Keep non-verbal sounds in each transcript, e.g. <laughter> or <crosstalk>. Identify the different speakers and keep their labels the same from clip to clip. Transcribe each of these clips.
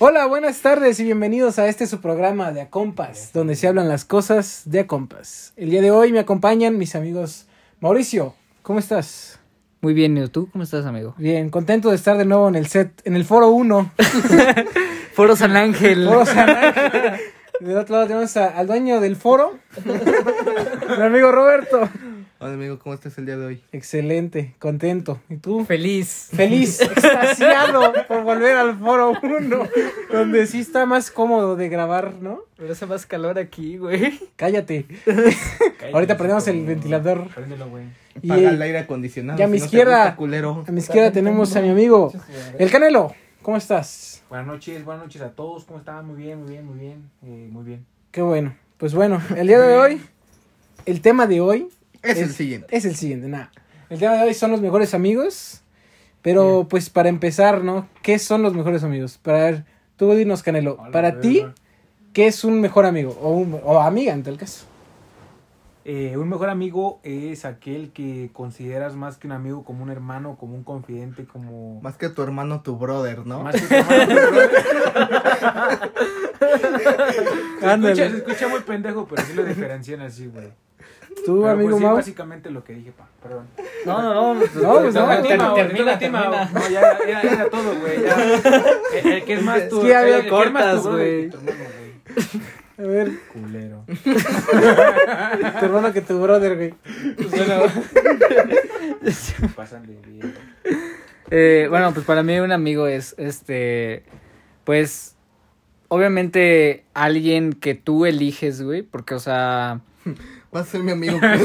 Speaker 1: Hola, buenas tardes y bienvenidos a este su programa de Acompas, donde se hablan las cosas de Acompas. El día de hoy me acompañan mis amigos Mauricio, ¿cómo estás?
Speaker 2: Muy bien, ¿y tú cómo estás, <laughs> amigo?
Speaker 1: Bien, contento de estar de nuevo en el set, en el foro 1,
Speaker 2: Foro San Ángel.
Speaker 1: foro San Ángel. Del otro lado tenemos a- al dueño del foro, mi amigo Roberto.
Speaker 3: Hola amigo, ¿cómo estás el día de hoy?
Speaker 1: Excelente, contento. ¿Y tú?
Speaker 2: Feliz.
Speaker 1: Feliz, extasiado por volver al foro 1, donde sí está más cómodo de grabar, ¿no?
Speaker 2: Pero hace más calor aquí, güey.
Speaker 1: Cállate. Ahorita prendemos el ventilador. Y
Speaker 3: Paga
Speaker 1: eh,
Speaker 3: el aire acondicionado.
Speaker 1: y a mi
Speaker 3: si no te
Speaker 1: izquierda-
Speaker 3: gusta, culero.
Speaker 1: a mi izquierda tenemos a mi amigo, el Canelo. ¿Cómo estás?
Speaker 4: Buenas noches, buenas noches a todos, ¿cómo están? Muy bien, muy bien, muy bien, eh, muy bien.
Speaker 1: Qué bueno. Pues bueno, el día de hoy, el tema de hoy
Speaker 3: Es el siguiente.
Speaker 1: es el siguiente, nada. El tema de hoy son los mejores amigos. Pero pues para empezar, ¿no? ¿Qué son los mejores amigos? Para ver, tú dinos, Canelo,
Speaker 4: Hola,
Speaker 1: para
Speaker 4: verga.
Speaker 1: ti, ¿qué es un mejor amigo? O, un- o amiga, en tal caso.
Speaker 4: Eh, un mejor amigo es aquel que consideras más que un amigo, como un hermano, como un confidente, como...
Speaker 3: Más que tu hermano, tu brother, ¿no?
Speaker 4: Más que tu
Speaker 1: <laughs>
Speaker 4: hermano.
Speaker 1: Ándale.
Speaker 4: Se escucha, se escucha muy pendejo, pero sí lo diferencian así, güey.
Speaker 1: Tú,
Speaker 4: Pero,
Speaker 1: amigo
Speaker 4: pues, sí,
Speaker 1: Mau.
Speaker 4: básicamente lo que dije, pa, perdón.
Speaker 2: No, no, no.
Speaker 1: No, pues no,
Speaker 2: Termina,
Speaker 1: te-
Speaker 4: Mau,
Speaker 2: termina,
Speaker 4: toca a ti, Mau.
Speaker 2: termina.
Speaker 4: No, ya, ya, ya era todo, güey,
Speaker 1: <laughs>
Speaker 4: ya. El, el que es más tu...
Speaker 1: que ya
Speaker 4: el-
Speaker 1: había
Speaker 4: el que es más
Speaker 2: cortas,
Speaker 4: tu brother
Speaker 2: güey.
Speaker 4: que tu hermano, güey.
Speaker 1: A ver,
Speaker 4: Culero.
Speaker 1: tu hermano que tu brother, güey.
Speaker 4: Pasan de bien.
Speaker 2: Eh, bueno, pues para mí un amigo es, este, pues, obviamente alguien que tú eliges, güey, porque, o sea,
Speaker 3: Vas a ser mi amigo. culero,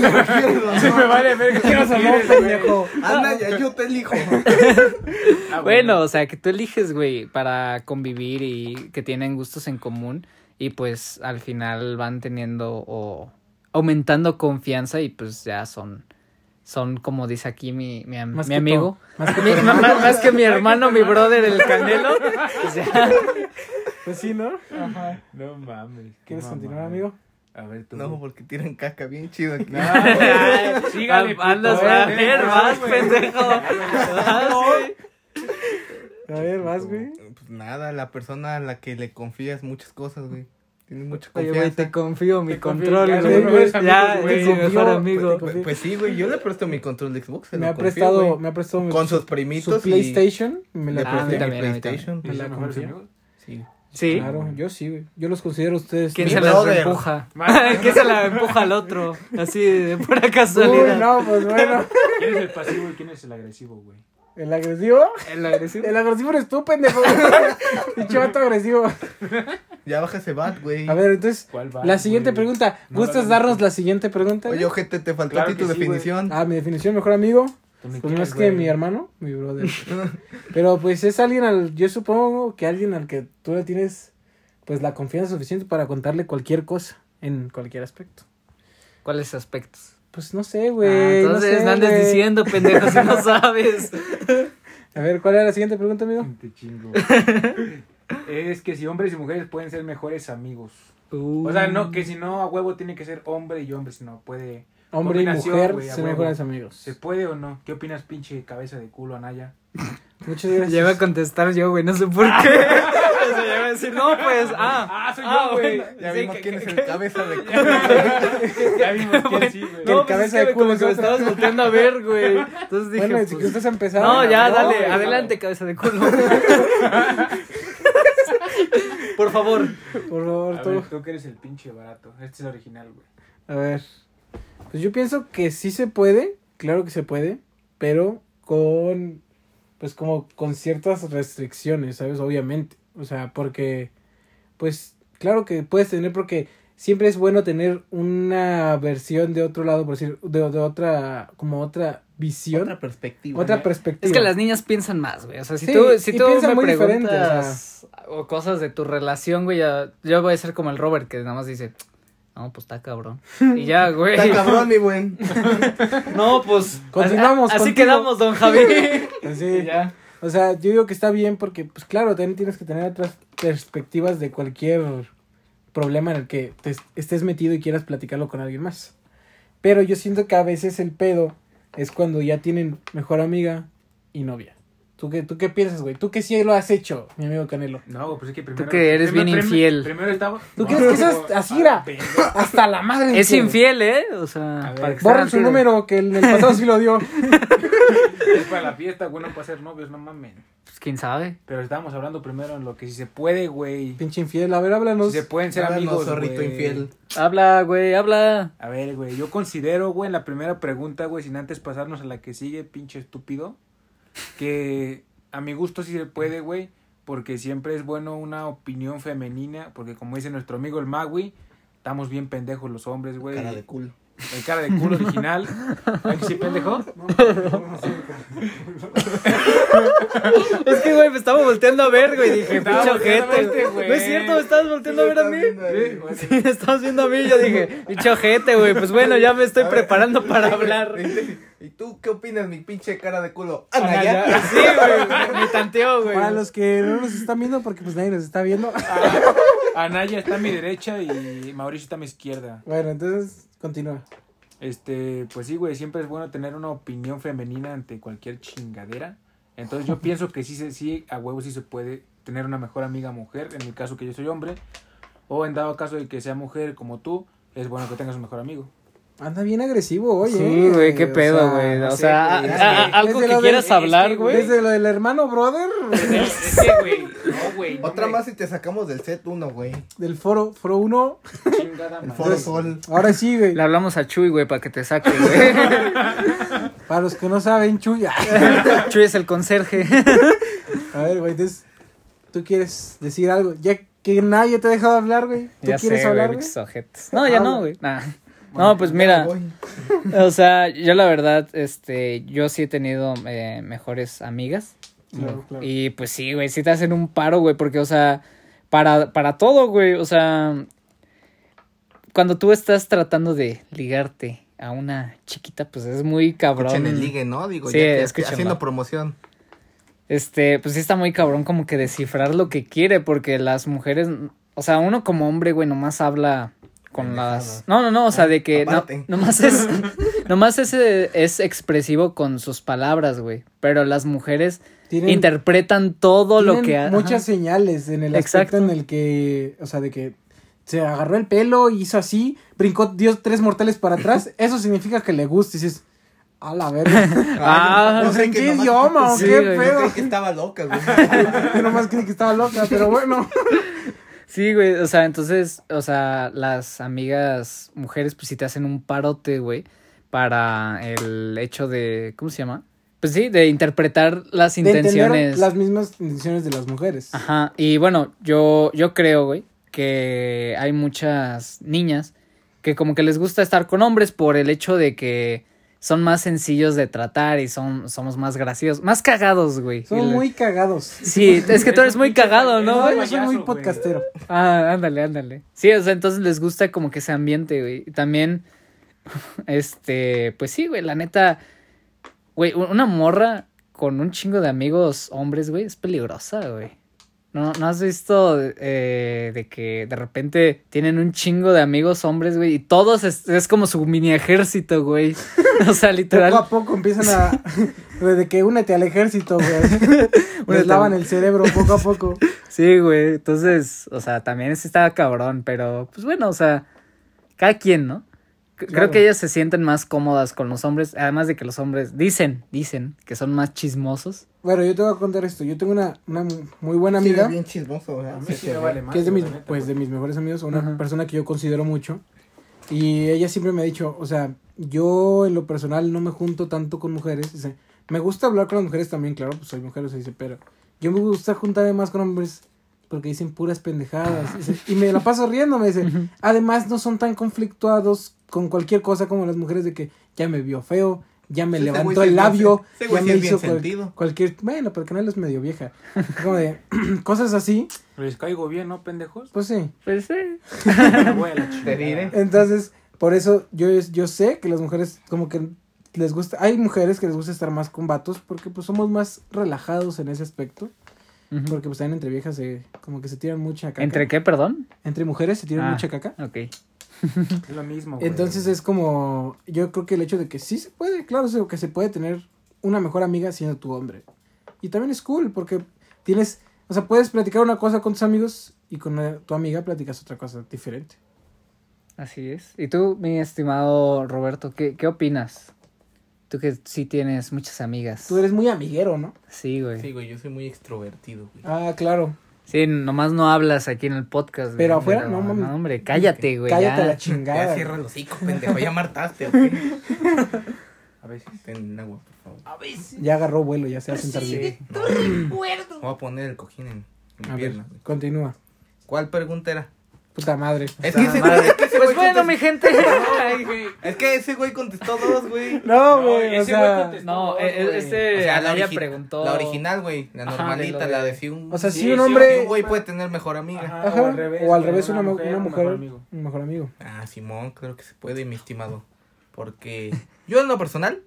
Speaker 1: <laughs>
Speaker 3: ¿no?
Speaker 4: vale ver
Speaker 1: ¿Qué nos habló, pendejo?
Speaker 3: Anda, ya yo te elijo.
Speaker 1: Ah,
Speaker 4: Ah,
Speaker 2: bueno, o sea, que tú eliges, güey, para convivir y que tienen gustos en común y pues al final van teniendo o aumentando confianza y pues ya son, son como dice aquí mi, mi, am-
Speaker 1: Más
Speaker 2: mi
Speaker 1: que todo.
Speaker 2: amigo.
Speaker 1: Más que
Speaker 2: <laughs> Mi-
Speaker 1: tu
Speaker 2: ma- ma-
Speaker 1: hermano.
Speaker 2: más, que mi hermano, mi brother, el canelo. pues ya.
Speaker 1: Pues sí, ¿no?
Speaker 4: No mames. qué
Speaker 1: ¿Quieres
Speaker 4: mamada.
Speaker 1: continuar, amigo?
Speaker 4: A ver, tú.
Speaker 3: No, porque tiran caca bien chido aquí.
Speaker 4: Sígale,
Speaker 2: Am- andas
Speaker 4: puto,
Speaker 2: a
Speaker 4: eh,
Speaker 2: ver,
Speaker 4: no,
Speaker 2: vas,
Speaker 4: güey.
Speaker 2: pendejo. Vas, güey.
Speaker 1: A ver, vas, güey.
Speaker 3: Pues nada, la persona a la que le confías muchas cosas, güey. Tienes mucha
Speaker 2: Oye, güey, te
Speaker 3: confianza.
Speaker 2: confío mi
Speaker 4: Te confío,
Speaker 2: control,
Speaker 4: ya,
Speaker 2: güey.
Speaker 1: los mejores
Speaker 2: Ya,
Speaker 4: amigos,
Speaker 2: es
Speaker 4: güey.
Speaker 2: mi mejor
Speaker 1: Confío,
Speaker 2: amigo.
Speaker 1: te-
Speaker 3: Pues, pues sí, güey, yo le presto mi control de Xbox. se
Speaker 1: Me
Speaker 3: lo
Speaker 1: ha
Speaker 3: confío,
Speaker 1: prestado,
Speaker 3: güey.
Speaker 1: me ha prestado mi-
Speaker 3: Con sus
Speaker 1: su
Speaker 3: primitos.
Speaker 1: PlayStation.
Speaker 3: Y...
Speaker 1: Me
Speaker 3: Le
Speaker 1: la
Speaker 2: Ah, a mí
Speaker 3: presté mi
Speaker 2: también, a mí
Speaker 3: PlayStation.
Speaker 4: ¿Y son mejores
Speaker 1: confío.
Speaker 4: amigos?
Speaker 3: Sí.
Speaker 2: Sí.
Speaker 1: Claro, yo sí, güey. Yo los considero a ustedes.
Speaker 2: ¿Quién
Speaker 3: Mi
Speaker 2: se
Speaker 1: míos.
Speaker 2: las
Speaker 3: brother.
Speaker 2: empuja? ¿Quién se la empuja al otro? Así de pura
Speaker 1: <laughs> Uy,
Speaker 2: casualidad.
Speaker 1: no, pues bueno.
Speaker 4: ¿Quién es el pasivo y quién es el agresivo, güey?
Speaker 1: ¿El agresivo?
Speaker 2: El agresivo.
Speaker 1: El agresivo eres tú, pendejo. <laughs> Dicho vato agresivo.
Speaker 3: Ya baja ese bat, güey.
Speaker 1: A ver, entonces,
Speaker 4: ¿Cuál va?
Speaker 1: la siguiente
Speaker 4: güey?
Speaker 1: pregunta.
Speaker 4: No
Speaker 1: ¿Gustas
Speaker 4: lo-
Speaker 1: darnos la siguiente pregunta?
Speaker 3: Oye, ojete, te faltó
Speaker 4: Claro
Speaker 3: a ti tu
Speaker 4: que sí, güey.
Speaker 3: definición.
Speaker 1: Ah, mi definición, mejor amigo.
Speaker 4: Tú me
Speaker 1: Pues
Speaker 4: quieres,
Speaker 1: más que
Speaker 4: güey.
Speaker 1: mi hermano, mi
Speaker 2: <laughs>
Speaker 1: brother. Pero pues es alguien al, yo supongo que alguien al que tú le tienes pues la confianza suficiente para contarle cualquier cosa en cualquier aspecto.
Speaker 2: ¿Cuáles aspectos?
Speaker 1: Pues no sé,
Speaker 2: Ah,
Speaker 1: güey. no
Speaker 2: entonces,
Speaker 1: sé,
Speaker 2: no andes
Speaker 1: güey.
Speaker 2: diciendo, pendejo, si <laughs> no sabes.
Speaker 1: A ver, ¿cuál era la siguiente pregunta, amigo?
Speaker 2: Mm,
Speaker 4: Te chingo. es que si hombres y mujeres pueden ser mejores amigos. O sea, no, que si no, a huevo tiene que ser hombre y hombre, si no puede.
Speaker 1: Hombre y
Speaker 4: Combinación,
Speaker 1: mujer
Speaker 4: güey, a
Speaker 1: son
Speaker 4: huevo.
Speaker 1: mejores amigos.
Speaker 4: ¿Se puede o no? ¿Qué opinas, pinche cabeza de culo, Anaya?
Speaker 1: Muchas gracias.
Speaker 2: Lleva a contestar yo, güey, no sé por <laughs> qué. o sea, ya iba a decir, no, pues, ah.
Speaker 4: Ah, soy
Speaker 2: ah,
Speaker 4: yo, güey.
Speaker 2: bueno.
Speaker 3: Ya
Speaker 2: Sí,
Speaker 3: vimos
Speaker 2: que-
Speaker 3: quién
Speaker 2: que-
Speaker 3: es el cabeza
Speaker 4: <laughs>
Speaker 3: de culo.
Speaker 4: Ya vimos quién sí, güey.
Speaker 1: No,
Speaker 2: No,
Speaker 1: el
Speaker 2: pues es
Speaker 1: cabeza
Speaker 2: que
Speaker 1: de
Speaker 2: me-
Speaker 1: culo
Speaker 2: como que me
Speaker 1: es otro.
Speaker 2: estabas volteando a ver, güey. Entonces dije,
Speaker 1: bueno, si
Speaker 2: pues,
Speaker 1: quieres empezar.
Speaker 2: No, ya,
Speaker 4: no,
Speaker 2: dale,
Speaker 4: güey,
Speaker 2: adelante,
Speaker 4: no.
Speaker 2: cabeza <laughs> de culo. Por favor.
Speaker 1: Por
Speaker 4: A
Speaker 1: favor,
Speaker 4: ver,
Speaker 1: tú.
Speaker 4: tú que eres el pinche barato. Este es el original, güey.
Speaker 1: A ver. Pues yo pienso que sí se puede, claro que se puede, pero con pues como con ciertas restricciones, ¿sabes? Obviamente. O sea, porque pues claro que puedes tener porque siempre es bueno tener una versión de otro lado, por decir, de, de otra como otra visión, otra,
Speaker 3: Otra perspectiva. ¿eh?
Speaker 1: perspectiva.
Speaker 2: Es que las niñas piensan más, güey. O sea, si
Speaker 1: Sí,
Speaker 2: tú, si
Speaker 1: y
Speaker 2: tú
Speaker 1: piensan
Speaker 2: me
Speaker 1: muy diferente,
Speaker 2: preguntas o cosas de tu relación, güey, ya- yo voy a ser como el Robert que nada más dice, no, pues está cabrón. Y ya, güey.
Speaker 3: Está cabrón,
Speaker 1: <laughs>
Speaker 3: mi buen.
Speaker 2: <laughs> No, pues.
Speaker 1: Continuamos,
Speaker 2: Así, así
Speaker 1: contigo.
Speaker 2: quedamos, don <laughs> Javi.
Speaker 1: Así.
Speaker 2: ya.
Speaker 1: O sea, yo digo que está bien porque, pues claro, también tienes que tener otras perspectivas de cualquier problema en el que te est- estés metido y quieras platicarlo con alguien más. Pero yo siento que a veces el pedo es cuando ya tienen mejor amiga y novia. ¿Tú qué, ¿Tú qué piensas, güey? ¿Tú qué sí lo has hecho, mi amigo Canelo?
Speaker 4: No, güey, pues es que primero.
Speaker 2: que eres bien
Speaker 4: primero- primero-
Speaker 2: infiel.
Speaker 4: Primero estamos.
Speaker 1: ¿Tú
Speaker 4: No,
Speaker 1: crees que
Speaker 4: luego-
Speaker 1: esas- así era?
Speaker 4: Ah, verga.
Speaker 1: Hasta la madre.
Speaker 2: Es
Speaker 1: güey.
Speaker 2: infiel, ¿eh? O sea,
Speaker 4: A ver,
Speaker 2: para que
Speaker 1: Borren
Speaker 2: sean
Speaker 1: su
Speaker 2: fieles.
Speaker 1: número, que en el pasado sí lo dio. <laughs>
Speaker 4: Es para la fiesta, güey, no para ser novios, no mamen.
Speaker 2: Pues quién sabe.
Speaker 4: Pero estábamos hablando primero en lo que si se puede, güey.
Speaker 1: Pinche infiel, a ver,
Speaker 4: Si
Speaker 1: háblanos.
Speaker 4: se pueden ser
Speaker 3: Háblanos,
Speaker 4: amigos.
Speaker 3: zorrito
Speaker 4: güey.
Speaker 3: infiel.
Speaker 2: Habla, güey, habla.
Speaker 4: A ver, güey, yo considero, güey, en la primera pregunta, güey, sin antes pasarnos a la que sigue, pinche estúpido, que a mi gusto sí se puede, güey, porque siempre es bueno una opinión femenina, porque como dice nuestro amigo el Magui, estamos bien pendejos los hombres, güey.
Speaker 3: Cara de culo.
Speaker 4: El cara de culo
Speaker 3: <laughs>
Speaker 4: original. ¿Ay, que sí, pendejo?
Speaker 2: Es que, güey, me estaba volteando a ver, güey. Dije,
Speaker 4: Estaba
Speaker 2: pinche
Speaker 4: volteando a
Speaker 2: ojete.
Speaker 4: verte,
Speaker 2: güey.
Speaker 4: güey.
Speaker 2: No es cierto, me estabas volteando a ver a mí. Sí, me estabas viendo a mí. Yo dije, pinche ojete, güey. Pues bueno, ya me estoy preparando para hablar.
Speaker 3: <laughs> ¿Y tú qué opinas, mi pinche cara de culo?
Speaker 2: Ah,
Speaker 3: Anda ya.
Speaker 2: ya. Sí, güey. Me tanteó, güey.
Speaker 1: Para los que no nos están viendo, porque pues nadie nos está viendo.
Speaker 2: Ah.
Speaker 4: Anaya está a mi derecha y Mauricio está a mi izquierda.
Speaker 1: Bueno, entonces, continúa.
Speaker 4: Este, pues sí, güey, siempre es bueno tener una opinión femenina ante cualquier chingadera. Entonces yo pienso que sí, se- sí, a huevo sí se puede tener una mejor amiga mujer, en el caso que yo soy hombre, o en dado caso de que sea mujer como tú, es bueno que tengas un mejor amigo.
Speaker 1: Anda bien agresivo hoy,
Speaker 2: Sí,
Speaker 1: eh.
Speaker 2: güey, qué
Speaker 1: O
Speaker 2: pedo,
Speaker 1: sea,
Speaker 2: güey. O
Speaker 4: sí,
Speaker 2: sea,
Speaker 4: güey,
Speaker 2: a-
Speaker 4: es que-
Speaker 2: a- algo
Speaker 1: desde
Speaker 2: que
Speaker 1: lo del-
Speaker 2: quieras
Speaker 1: es que,
Speaker 2: hablar,
Speaker 4: güey,
Speaker 2: güey.
Speaker 1: Desde lo del hermano brother,
Speaker 4: Es que, güey, no, güey. no
Speaker 3: Otra
Speaker 4: me-
Speaker 3: más y te sacamos del set uno, güey.
Speaker 1: del foro, foro 1.
Speaker 4: Chingada
Speaker 3: El
Speaker 4: madre.
Speaker 3: Foro Sol.
Speaker 1: Ahora sí, güey.
Speaker 2: Le hablamos a Chuy, güey, para que te saque, güey.
Speaker 1: Para los que no saben, <laughs> chuya.
Speaker 2: Chuy es el conserje.
Speaker 1: A ver, güey, entonces, tú quieres decir algo. Ya que nadie te ha dejado hablar, güey. ¿Tú
Speaker 2: Ya
Speaker 1: quieres
Speaker 2: sé, güey,
Speaker 1: hablar, güey?
Speaker 2: bichos ojetes. No, ya
Speaker 1: Ah,
Speaker 2: no,
Speaker 1: güey.
Speaker 2: güey. Nah. No, pues mira,
Speaker 3: Voy.
Speaker 2: <laughs> o sea, yo la verdad, este, yo sí he tenido eh, mejores amigas.
Speaker 1: Claro, claro.
Speaker 2: Y pues sí, güey, sí te hacen un paro, güey, porque, o sea, para, para todo, güey, o sea, cuando tú estás tratando de ligarte a una chiquita, pues es muy
Speaker 3: Escuchen
Speaker 2: cabrón.
Speaker 3: el ligue, ¿no? Digo,
Speaker 2: Sí,
Speaker 3: ya que
Speaker 2: escúchenlo.
Speaker 3: haciendo promoción.
Speaker 2: Este, pues sí está muy cabrón como que descifrar lo que quiere, porque las mujeres, o sea, uno como hombre, güey, nomás habla con las... No, no, no, o sea, de que no,
Speaker 3: aparte.
Speaker 2: nomás es, <laughs> nomás es, eh, es expresivo con sus palabras, güey, pero las mujeres
Speaker 1: Tienen-
Speaker 2: interpretan todo lo
Speaker 1: tienen
Speaker 2: que... ha-
Speaker 1: muchas
Speaker 2: ajá.
Speaker 1: señales en el aspecto
Speaker 2: Exacto.
Speaker 1: en el que, o sea, de que se agarró el pelo, hizo así, brincó Dios tres mortales para
Speaker 2: <laughs>
Speaker 1: atrás, eso significa que le gusta y dices, a la verga.
Speaker 2: Ah,
Speaker 1: no sé en
Speaker 3: que
Speaker 1: qué
Speaker 3: nomás-
Speaker 1: idioma o
Speaker 2: Sí,
Speaker 1: qué
Speaker 2: güey.
Speaker 3: Yo
Speaker 1: pedo.
Speaker 3: creí que estaba loca, güey.
Speaker 1: <laughs> Yo nomás creí que estaba loca, pero bueno.
Speaker 2: Sí, güey, o sea, entonces, o sea, las amigas mujeres pues sí te hacen un parote, güey, para el hecho de, ¿cómo se llama? Pues sí, de interpretar las
Speaker 1: De entender
Speaker 2: <laughs> intenciones. Ah,
Speaker 1: las mismas intenciones de las mujeres.
Speaker 2: Ajá, y bueno, yo, yo creo, güey, que hay muchas niñas que como que les gusta estar con hombres por el hecho de que son más sencillos de tratar y son, somos más graciosos, más cagados, güey.
Speaker 1: Son
Speaker 2: Y le-
Speaker 1: muy cagados.
Speaker 2: Sí, es que tú eres muy cagado, ¿no,
Speaker 4: No,
Speaker 1: No, yo soy
Speaker 2: güey?
Speaker 1: muy
Speaker 4: payaso, güey.
Speaker 1: podcastero.
Speaker 2: Ah, ándale, ándale. Sí, o sea, entonces les gusta como que ese ambiente, güey. Y También, <laughs> este, pues sí, güey, la neta, güey, u- una morra con un chingo de amigos hombres, güey, es peligrosa, güey. ¿No, ¿No has visto eh, de que de repente tienen un chingo de amigos hombres, güey? Y todos es, es como su mini ejército, güey. <laughs> O sea,
Speaker 1: Poco
Speaker 2: literal.
Speaker 1: a poco empiezan a.
Speaker 2: <laughs>
Speaker 1: Desde que únete al ejército, güey. Les
Speaker 2: Únete
Speaker 1: lavan
Speaker 2: al-
Speaker 1: el cerebro poco a poco.
Speaker 2: Sí, güey. Entonces, o sea, también sí estaba cabrón, pero pues bueno, o sea, cada quien, ¿no? C-
Speaker 1: Claro.
Speaker 2: Creo que ellas se sienten más cómodas con los hombres, además de que los hombres dicen, dicen que son más chismosos.
Speaker 1: Bueno, yo te voy a contar esto. Yo tengo una, una muy buena
Speaker 3: Sí,
Speaker 1: amiga,
Speaker 3: eres bien chismoso,
Speaker 4: A
Speaker 3: ¿verdad?
Speaker 4: mí
Speaker 3: Sí,
Speaker 4: sí
Speaker 3: te
Speaker 4: me
Speaker 3: veo.
Speaker 4: vale más.
Speaker 1: que es de mis, pues, de mis mejores amigos, una
Speaker 2: Ajá.
Speaker 1: persona que yo considero mucho. Y ella siempre me ha dicho, o sea, yo en lo personal no me junto tanto con mujeres. o sea, me gusta hablar con las mujeres también, claro, pues soy mujer, o sea, dice, pero yo me gusta juntarme más con hombres porque dicen puras pendejadas. dice, y me la paso riendo, me dice. Además, no son tan conflictuados con cualquier cosa como las mujeres de que ya me vio feo, ya me
Speaker 3: Sí, ese güey
Speaker 1: levantó
Speaker 3: sí
Speaker 1: el
Speaker 3: es bien
Speaker 1: labio,
Speaker 3: sen- ese
Speaker 1: ya
Speaker 3: güey sí
Speaker 1: me
Speaker 3: es bien
Speaker 1: hizo cual-
Speaker 3: sentido.
Speaker 1: cualquier... Bueno, pero Canelo es medio vieja.
Speaker 3: <laughs>
Speaker 1: Como de <clears throat> cosas así,
Speaker 4: Les caigo bien,
Speaker 1: <laughs>
Speaker 4: ¿no, pendejos? <laughs>
Speaker 1: pues sí.
Speaker 2: Pues sí.
Speaker 4: Me voy a la chingada.
Speaker 3: Te diré.
Speaker 1: Entonces, por eso yo, yo sé que las mujeres como que les gusta... Hay mujeres que les gusta estar más con vatos porque pues somos más relajados en ese aspecto.
Speaker 2: Ujú.
Speaker 1: Porque pues también entre viejas se, como que se tiran mucha caca.
Speaker 2: ¿Entre qué, perdón?
Speaker 1: Entre mujeres se tiran
Speaker 2: Ah.
Speaker 1: mucha caca.
Speaker 2: Ok.
Speaker 4: Es lo mismo, güey.
Speaker 1: Entonces es como, yo creo que el hecho de que sí se puede, claro, o sea, que se puede tener una mejor amiga siendo tu hombre. Y también es cool porque tienes, o sea, puedes platicar una cosa con tus amigos y con eh, tu amiga platicas otra cosa diferente.
Speaker 2: Así es. Y tú, mi estimado Roberto, ¿qué, qué opinas? Tú que sí tienes muchas amigas.
Speaker 1: Tú eres muy amiguero, ¿no?
Speaker 2: Sí, güey.
Speaker 3: Sí,
Speaker 2: Sí.
Speaker 3: güey, yo soy muy extrovertido, güey.
Speaker 1: Ah, claro.
Speaker 2: nomás no hablas aquí en el podcast. güey,
Speaker 1: Pero afuera, no mames.
Speaker 2: hombre, cállate, güey.
Speaker 1: Cállate
Speaker 2: ya.
Speaker 1: a la
Speaker 3: Ya
Speaker 1: chingada.
Speaker 3: cierra el hocico, pendejo. Ya martaste, ok.
Speaker 4: A veces.
Speaker 3: Ten agua, por favor.
Speaker 1: Ya agarró vuelo, ya se va a sentar bien.
Speaker 3: Voy a poner el cojín en mi
Speaker 1: A ver,
Speaker 3: pierna, güey.
Speaker 1: continúa.
Speaker 3: ¿Cuál pregunta era?
Speaker 1: Puta madre.
Speaker 4: Eh,
Speaker 3: Es que
Speaker 1: <laughs>
Speaker 3: ese güey,
Speaker 2: Madre.
Speaker 3: es que ese
Speaker 2: Pues
Speaker 3: güey
Speaker 2: bueno,
Speaker 3: contestó-
Speaker 2: mi gente. Ay, güey.
Speaker 3: Es que ese güey contestó dos, güey.
Speaker 1: <laughs> No,
Speaker 4: No,
Speaker 1: güey, o
Speaker 4: ese güey
Speaker 1: sea,
Speaker 4: contestó.
Speaker 2: No,
Speaker 4: Todos,
Speaker 2: e- e-
Speaker 4: güey.
Speaker 2: este
Speaker 3: O sea, la,
Speaker 2: Anaya
Speaker 3: origi-
Speaker 2: preguntó.
Speaker 3: la original, güey. La
Speaker 2: Ajá, de
Speaker 3: normalita,
Speaker 2: lo de-
Speaker 3: la de si un...
Speaker 1: o sea,
Speaker 4: Sí,
Speaker 1: si un
Speaker 4: sí,
Speaker 1: hombre...
Speaker 3: si un güey puede tener mejor amiga.
Speaker 4: Ajá,
Speaker 1: Ajá,
Speaker 4: o al revés.
Speaker 1: o al
Speaker 4: güey,
Speaker 1: revés, una, mu- una
Speaker 4: un
Speaker 1: mujer,
Speaker 4: mejor amigo.
Speaker 1: un mejor amigo.
Speaker 3: Ah, Simón, creo que se puede, mi estimado. Porque yo en lo personal,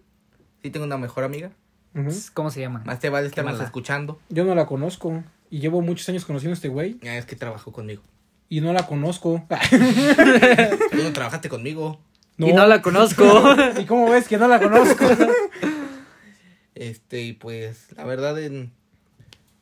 Speaker 3: sí tengo una mejor amiga.
Speaker 1: Ujú.
Speaker 2: ¿Cómo se llama?
Speaker 3: Más te vale estarnos
Speaker 2: mala.
Speaker 3: escuchando.
Speaker 1: Yo no la conozco y llevo muchos años conociendo a este güey
Speaker 3: Ya es que trabajó conmigo.
Speaker 1: y no la conozco. <laughs>
Speaker 3: Tú no trabajaste conmigo.
Speaker 2: Y no la conozco.
Speaker 4: <laughs>
Speaker 1: ¿Y cómo ves que no la conozco?
Speaker 3: Este, y pues, la verdad, en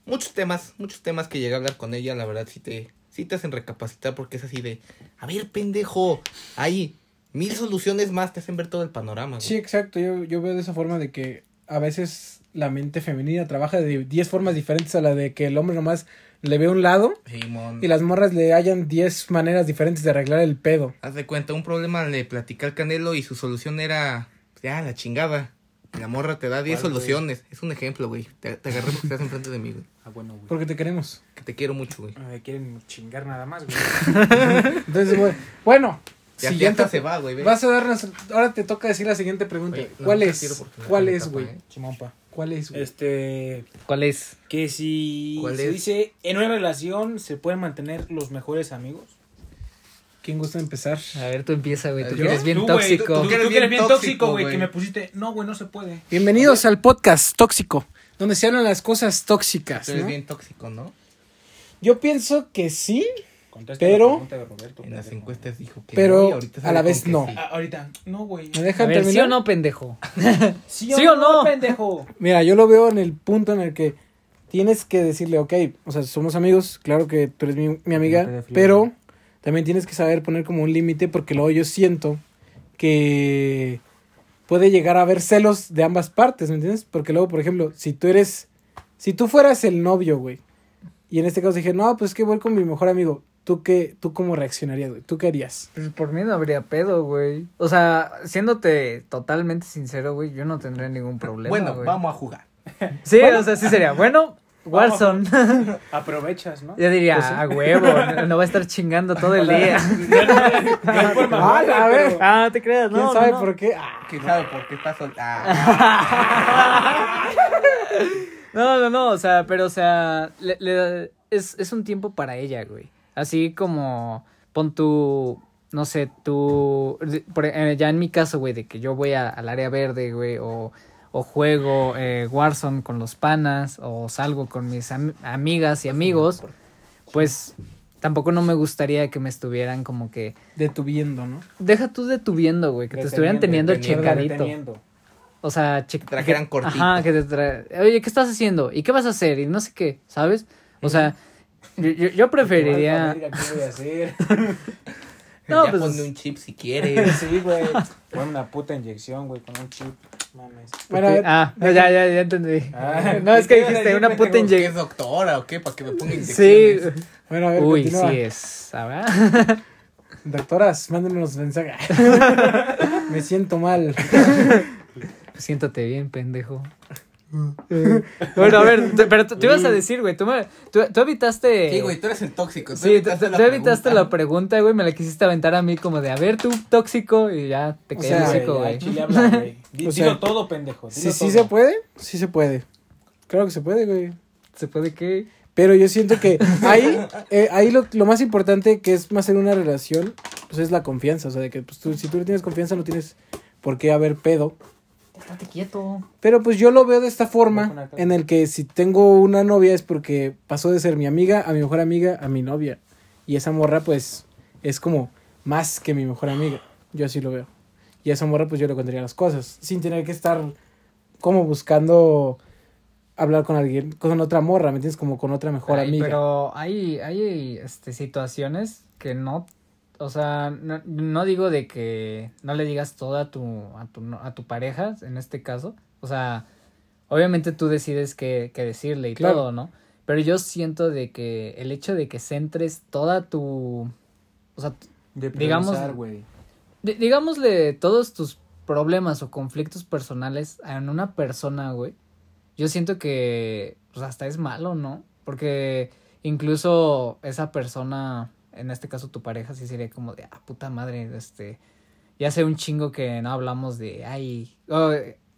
Speaker 3: muchos temas, muchos temas que llegué a hablar con ella, la verdad, sí te, sí te hacen recapacitar porque es así de, a ver, pendejo, hay mil soluciones más, te hacen ver todo el panorama. güey.
Speaker 1: sí, exacto. Yo, yo veo de esa forma de que a veces la mente femenina trabaja de 10 formas diferentes a la de que el hombre nomás le ve un lado
Speaker 3: Simón.
Speaker 1: y las morras le hallan 10 maneras diferentes de arreglar el pedo.
Speaker 3: Haz de cuenta, un problema le platicé al Canelo y su solución era, pues, ya, la chingada. La morra te da 10
Speaker 4: ¿Cuál, güey?
Speaker 3: soluciones. Es un ejemplo, güey. Te, te agarré porque estás enfrente de mí, güey.
Speaker 4: Ah, bueno, güey.
Speaker 1: Porque te queremos.
Speaker 3: Que te quiero mucho, güey.
Speaker 4: Ah, Me quieren chingar nada más, güey.
Speaker 1: Entonces, bueno, bueno
Speaker 3: Ya, ya
Speaker 1: siguiente.
Speaker 3: hasta se va, güey. ve.
Speaker 1: Vas a darnos. Ahora te toca decir la siguiente pregunta.
Speaker 3: Oye, no
Speaker 1: ¿Cuál
Speaker 3: me retiro
Speaker 1: es?
Speaker 3: porque me
Speaker 1: ¿Cuál
Speaker 3: sale
Speaker 1: es,
Speaker 3: tapa,
Speaker 1: güey?
Speaker 3: ¿eh?
Speaker 4: Chimampa.
Speaker 1: ¿Cuál es, güey?
Speaker 4: Este,
Speaker 2: ¿Cuál es?
Speaker 4: que si
Speaker 3: ¿Cuál
Speaker 4: se
Speaker 3: es?
Speaker 4: dice en una relación se pueden mantener los mejores amigos.
Speaker 1: ¿Quién gusta empezar?
Speaker 2: A ver, tú empieza, güey. Tú
Speaker 3: ¿Yo?
Speaker 2: que eres bien
Speaker 4: Tú, güey,
Speaker 2: tóxico.
Speaker 4: Tú, tú- tú que eres bien, tóxico, güey, que
Speaker 3: güey.
Speaker 4: me pusiste, no, güey, no se puede.
Speaker 1: Bienvenidos al podcast tóxico, donde se hablan las cosas tóxicas.
Speaker 3: Tú eres
Speaker 1: ¿no?
Speaker 3: bien tóxico, ¿no?
Speaker 1: Yo pienso que sí,
Speaker 4: Contesta
Speaker 1: Pero-
Speaker 4: la pregunta de Roberto.
Speaker 3: En las
Speaker 4: pendejo.
Speaker 3: encuestas dijo que
Speaker 1: Pero
Speaker 3: no, y ahorita
Speaker 1: a
Speaker 3: sale
Speaker 1: la
Speaker 3: con
Speaker 1: vez
Speaker 3: que
Speaker 1: no.
Speaker 3: sí.
Speaker 4: Ah, ahorita, no, güey.
Speaker 1: ¿me
Speaker 2: A
Speaker 1: dejan
Speaker 2: ver, ¿sí
Speaker 1: terminar?
Speaker 2: o no, pendejo?
Speaker 4: Sí o,
Speaker 2: ¿Eh? ¿Sí o no?
Speaker 4: no, pendejo.
Speaker 1: Mira, yo lo veo en el punto en el que tienes que decirle, ok, o sea, somos amigos, claro que tú eres mi, mi
Speaker 4: No te dé
Speaker 1: amiga,
Speaker 4: frío,
Speaker 1: pero
Speaker 4: güey.
Speaker 1: también tienes que saber poner como un límite porque luego yo siento que puede llegar a haber celos de ambas partes, ¿me entiendes? Porque luego, por ejemplo, si tú eres, si tú fueras el novio, güey, y en este caso dije, no, pues es que voy con mi mejor amigo, ¿tú qué, tú cómo reaccionarías, güey? ¿Tú qué
Speaker 2: <laughs>
Speaker 1: harías?
Speaker 2: Pues por mí no habría pedo, güey. O sea, siéndote totalmente sincero, güey, yo no tendría ningún problema.
Speaker 3: Bueno,
Speaker 2: güey.
Speaker 3: vamos a jugar.
Speaker 2: Sí, o sea, sí sería. Bueno,
Speaker 4: Vamos.
Speaker 2: Warzone. <laughs>
Speaker 4: Aprovechas, ¿no?
Speaker 2: yo diría, a huevo, no, no va a estar chingando todo
Speaker 4: <laughs>
Speaker 2: el día.
Speaker 4: No por mamada,
Speaker 1: Ah, la
Speaker 4: pero-
Speaker 1: ver-
Speaker 2: ah, no te creas, no.
Speaker 1: ¿Quién
Speaker 2: no,
Speaker 1: sabe
Speaker 2: no.
Speaker 1: por qué? Ah.
Speaker 3: ¿Quién sabe por qué estás sol... Ah,
Speaker 2: <laughs> No, no, no, o sea, pero, o sea, le- le- es, es un tiempo para ella, güey. Así como pon tu, no sé, tu, por- eh, ya en mi caso, güey, de que yo voy a- al área verde, güey, o, o juego eh, Warzone con los panas, o salgo con mis am- amigas y amigos, pues tampoco no me gustaría que me estuvieran como que,
Speaker 1: detuviendo, ¿no?
Speaker 2: deja tú detuviendo, güey, que te estuvieran
Speaker 4: Deteniendo,
Speaker 2: teniendo
Speaker 3: deteniendo,
Speaker 2: checadito.
Speaker 4: deteniendo.
Speaker 2: O sea, che-
Speaker 3: Trajeran
Speaker 2: que-
Speaker 3: cortito.
Speaker 2: Ajá, que te tra- Oye, ¿qué estás haciendo? ¿Y qué vas a hacer? Y no sé qué, ¿sabes? O sea, yo, yo- yo preferiría.
Speaker 4: Verga, ¿Qué voy
Speaker 2: <laughs>
Speaker 4: a hacer?
Speaker 2: <laughs> No,
Speaker 3: <laughs> ya
Speaker 2: pues-
Speaker 3: ponle un chip si
Speaker 2: <laughs>
Speaker 3: quieres.
Speaker 4: Sí, güey. Fue una puta inyección, güey, con un chip. Mames.
Speaker 1: Bueno, a ver,
Speaker 2: Ah, ya, ya, ya entendí.
Speaker 4: Ah,
Speaker 2: <laughs> no, es
Speaker 4: ¿qué
Speaker 2: que
Speaker 4: iba a
Speaker 2: dijiste
Speaker 4: decir,
Speaker 2: una
Speaker 4: pendejo?
Speaker 2: puta
Speaker 3: ¿Qué es
Speaker 2: inyección.
Speaker 3: doctora o qué? ¿Para que me ponga
Speaker 2: Sí.
Speaker 3: inyecciones?
Speaker 1: bueno, a ver,
Speaker 2: Uy,
Speaker 1: continúa.
Speaker 2: sí es. ¿Sabes?
Speaker 1: Doctoras, mándenos <laughs> mensaje. Me siento mal.
Speaker 2: <laughs> Siéntate bien, pendejo. bueno, a ver, te- pero tú, tú ibas a decir, güey, tú, me- tú, tú evitaste.
Speaker 3: Sí, güey, tú eres el tóxico. tú
Speaker 2: Sí, tú, tú- tú evitaste la
Speaker 3: pregunta.
Speaker 2: pregunta, güey, me la quisiste aventar a mí como de, a ver, tú tóxico, y ya te
Speaker 1: O
Speaker 2: caí
Speaker 1: sea,
Speaker 2: el
Speaker 1: Ya,
Speaker 4: Güey,
Speaker 2: hocico,
Speaker 4: ya,
Speaker 2: güey.
Speaker 4: chile habla,
Speaker 2: <laughs>
Speaker 4: güey. Di-
Speaker 1: O sea,
Speaker 4: Dilo todo, pendejo.
Speaker 1: Si
Speaker 4: dilo
Speaker 1: sí
Speaker 4: todo.
Speaker 1: se puede, sí se puede. Claro que se puede, güey.
Speaker 2: ¿Se puede que
Speaker 1: Pero yo siento que ahí, eh, ahí lo, lo más importante que es más en una relación, pues es la confianza. O sea, de que pues, tú, si tú no tienes confianza, no tienes por qué haber pedo.
Speaker 2: Estate quieto.
Speaker 1: Pero pues yo lo veo de esta
Speaker 4: Voy a
Speaker 1: forma,
Speaker 4: poner acá.
Speaker 1: en el que si tengo una novia es porque pasó de ser mi amiga a mi mejor amiga a mi novia. Y esa morra pues es como más que mi mejor amiga. Yo así lo veo. Y a esa morra pues yo le contaría las cosas, sin tener que estar como buscando hablar con alguien, con otra morra, ¿me entiendes? Como con otra mejor
Speaker 2: Ay,
Speaker 1: amiga.
Speaker 2: Pero hay, hay este, situaciones que no, o sea, no, no digo de que no le digas todo a tu, a tu, no- a tu pareja, en este caso. O sea, obviamente tú decides qué, qué decirle y
Speaker 1: Claro.
Speaker 2: todo, ¿no? Pero yo siento de que el hecho de que centres toda tu, o sea,
Speaker 4: De
Speaker 2: Digamos-
Speaker 4: priorizar, güey.
Speaker 2: di- digámosle todos tus problemas o conflictos personales en una persona, güey. Yo siento que pues hasta es malo, ¿no? Porque incluso esa persona, en este caso tu pareja, sí sería como de, ah, puta madre, este, ya sé un chingo que no hablamos de, ay, oh,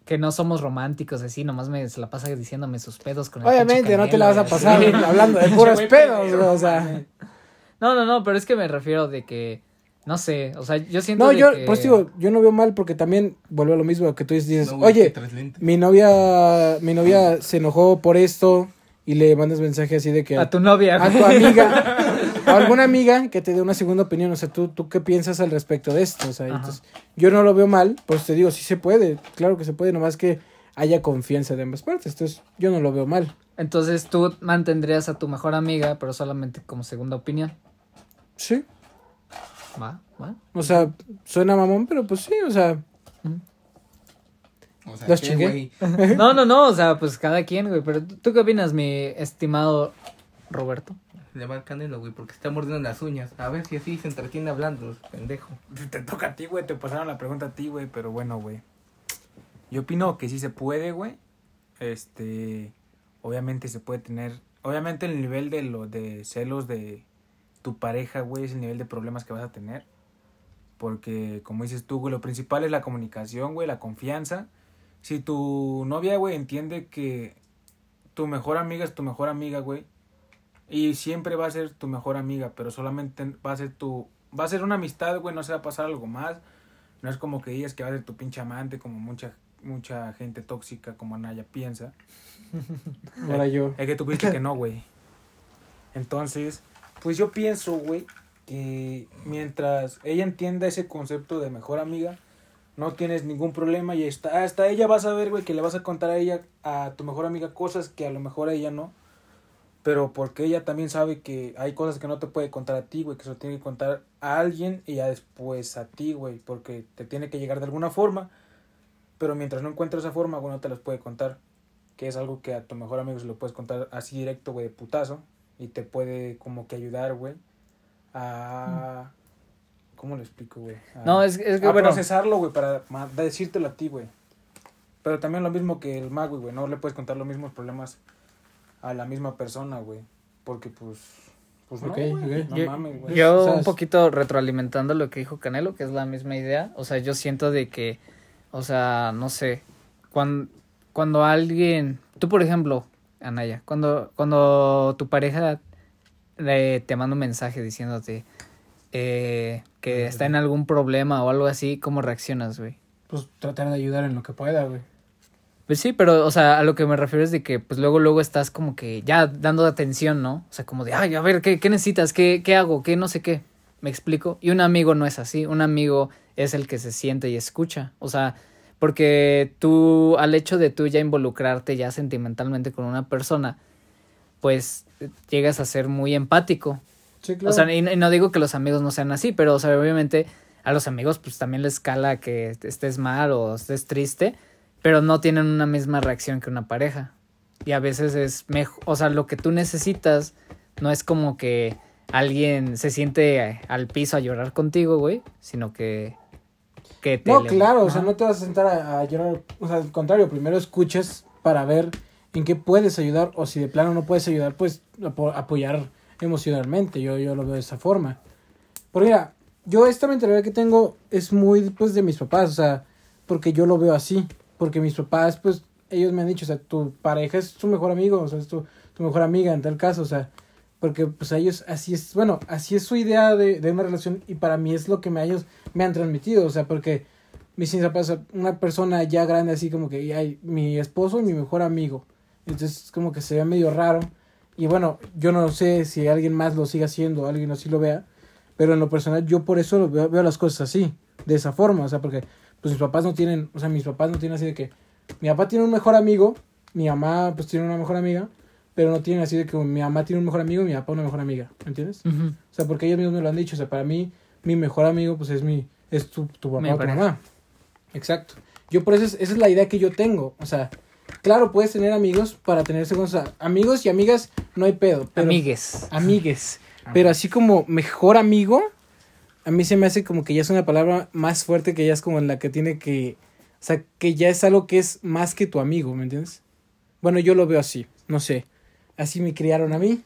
Speaker 2: que no somos románticos, así, nomás me se la pasa diciéndome sus pedos con el pinche
Speaker 1: Obviamente, no te
Speaker 2: Canelo,
Speaker 1: la vas a
Speaker 2: y así".
Speaker 1: pasar hablando de puros
Speaker 4: Güey,
Speaker 1: pedos,
Speaker 4: pendejo,
Speaker 1: güey, o sea.
Speaker 2: <laughs> No, no, no, pero es que me refiero de que, no sé, o sea, yo siento
Speaker 1: No,
Speaker 2: de
Speaker 1: yo,
Speaker 2: que...
Speaker 1: por eso digo, yo no veo mal porque también vuelve a lo mismo que tú dices,
Speaker 3: No, güey, que
Speaker 1: oye,
Speaker 3: traes lentes.
Speaker 1: mi novia, mi novia se enojó por esto y le mandas mensaje así de que
Speaker 2: A tu novia,
Speaker 1: a tu amiga, a alguna amiga que te dé una segunda opinión. O sea, ¿tú, tú qué piensas al respecto de esto? O sea,
Speaker 2: Ajá.
Speaker 1: entonces, yo no lo veo mal, pues te digo, sí se puede, claro que se puede, nomás que haya confianza de ambas partes. Entonces, yo no lo veo mal.
Speaker 2: Entonces tú mantendrías a tu mejor amiga, pero solamente como segunda opinión.
Speaker 1: Sí.
Speaker 2: Va, va.
Speaker 1: O sea, suena mamón, pero pues sí, o sea,
Speaker 3: O sea,
Speaker 1: Los
Speaker 3: ¿qué,
Speaker 1: chingué.
Speaker 2: <laughs>
Speaker 3: güey?
Speaker 2: No, no, no, o sea, pues cada quien, güey. Pero tú tú qué opinas, mi estimado Roberto.
Speaker 3: Le va el canelo, güey, porque está mordiendo las uñas. A ver si así se entretiene hablando, pendejo.
Speaker 4: <laughs> Te toca a ti, güey. Te pasaron la pregunta a ti, güey. Pero bueno, güey. Yo opino que sí se puede, güey. Este. Obviamente se puede tener. Obviamente el nivel de lo de celos de tu pareja, güey, es el nivel de problemas que vas a tener. Porque, como dices tú, güey, lo principal es la comunicación, güey, la confianza. Si tu novia, güey, entiende que tu mejor amiga es tu mejor amiga, güey. Y siempre va a ser tu mejor amiga, pero solamente va a ser tu... Va a ser una amistad, güey, no se va a pasar algo más. No es como que digas que va a ser tu pinche amante, como mucha mucha gente tóxica, como Anaya piensa.
Speaker 1: ahora yo.
Speaker 4: Es que tú creíste que no, güey. Entonces, pues yo pienso, güey, que mientras ella entienda ese concepto de mejor amiga, no tienes ningún problema y hasta, hasta ella vas a ver, güey, que le vas a contar a ella, a tu mejor amiga, cosas que a lo mejor a ella no. Pero porque ella también sabe que hay cosas que no te puede contar a ti, güey, que se lo tiene que contar a alguien y ya después a ti, güey, porque te tiene que llegar de alguna forma. Pero mientras no encuentres esa forma, güey, no te las puede contar que es algo que a tu mejor amigo se lo puedes contar así directo, güey, de putazo, y te puede como que ayudar, güey, a... ¿Cómo lo explico, güey? A-
Speaker 2: No, es, es que
Speaker 4: a
Speaker 2: bueno.
Speaker 4: procesarlo, güey, para ma- decírtelo a ti, güey. Pero también lo mismo que el mago, güey, no le puedes contar los mismos problemas a la misma persona, güey, porque pues... Pues no,
Speaker 1: Ok,
Speaker 4: güey,
Speaker 1: ok.
Speaker 4: no
Speaker 2: Yo-
Speaker 4: mames, güey.
Speaker 2: Yo
Speaker 1: ¿sabes?
Speaker 2: un poquito retroalimentando lo que dijo Canelo, que es la misma idea. O sea, yo siento de que, o sea, no sé, cuando, cuando alguien, tú por ejemplo, Anaya, cuando, cuando tu pareja le- te manda un mensaje diciéndote eh, que está en algún problema o algo así, ¿cómo reaccionas, güey?
Speaker 1: Pues tratar de ayudar en lo que pueda, güey.
Speaker 2: Pues sí, pero, o sea, a lo que me refiero es de que, pues luego, luego estás como que ya dando atención, ¿no? O sea, como de, ay, a ver, ¿qué, qué necesitas? ¿Qué, ¿Qué hago? ¿Qué no sé qué? ¿Me explico? Y un amigo no es así. Un amigo es el que se siente y escucha. O sea, porque tú, al hecho de tú ya involucrarte ya sentimentalmente con una persona, pues eh, llegas a ser muy empático.
Speaker 1: Sí,
Speaker 2: O sea, y, y no digo que los amigos no sean así, pero, o sea, obviamente a los amigos pues también les cala que estés mal o estés triste, pero no tienen una misma reacción que una pareja. Y a veces es mejor, o sea, lo que tú necesitas no es como que alguien se siente eh, al piso a llorar contigo, güey, sino que... que te
Speaker 1: No,
Speaker 2: le-
Speaker 1: claro, o sea,
Speaker 2: Ajá.
Speaker 1: no te vas a sentar a, a llorar. O sea, al contrario, primero escuchas para ver en qué puedes ayudar o si de plano no puedes ayudar, pues apo- apoyar emocionalmente. Yo, yo lo veo de esa forma. Porque mira, yo esta mentalidad que tengo es muy pues de mis papás, o sea, porque yo lo veo así. Porque mis papás, pues, ellos me han dicho, o sea, tu pareja es tu mejor amigo, o sea, es tu, tu mejor amiga en tal caso, o sea, porque pues a ellos así es, bueno, así es su idea de, de una relación y para mí es lo que me, ellos me han transmitido, o sea, porque mis papás, una persona ya grande así como que hay mi esposo y mi mejor amigo. Entonces como que se ve medio raro. Y bueno, yo no sé si alguien más lo sigue haciendo, alguien así lo vea. Pero en lo personal yo por eso lo veo, veo las cosas así, de esa forma. O sea, porque pues mis papás no tienen, o sea, mis papás no tienen así de que mi papá tiene un mejor amigo mi mamá pues tiene una mejor amiga, pero no tienen así de que mi mamá tiene un mejor amigo y mi papá una mejor amiga, ¿me entiendes?
Speaker 2: Ujú.
Speaker 1: O sea, porque ellos mismos me lo han dicho, o sea, para mí mi mejor amigo pues es mi es tu, tu papá
Speaker 2: Mi
Speaker 1: o tu
Speaker 2: pareja.
Speaker 1: mamá. Exacto. Yo por eso es- esa es la idea que yo tengo, o sea, claro, puedes tener amigos para tener segundos, o sea, amigos y amigas no hay pedo, pero
Speaker 2: Amigues.
Speaker 1: amigues. Pero así como mejor amigo, a mí se me hace como que ya es una palabra más fuerte que ya es como en la que tiene que. O sea, que ya es algo que es más que tu amigo, ¿me entiendes? Bueno, yo lo veo así, no sé. Así me criaron a mí.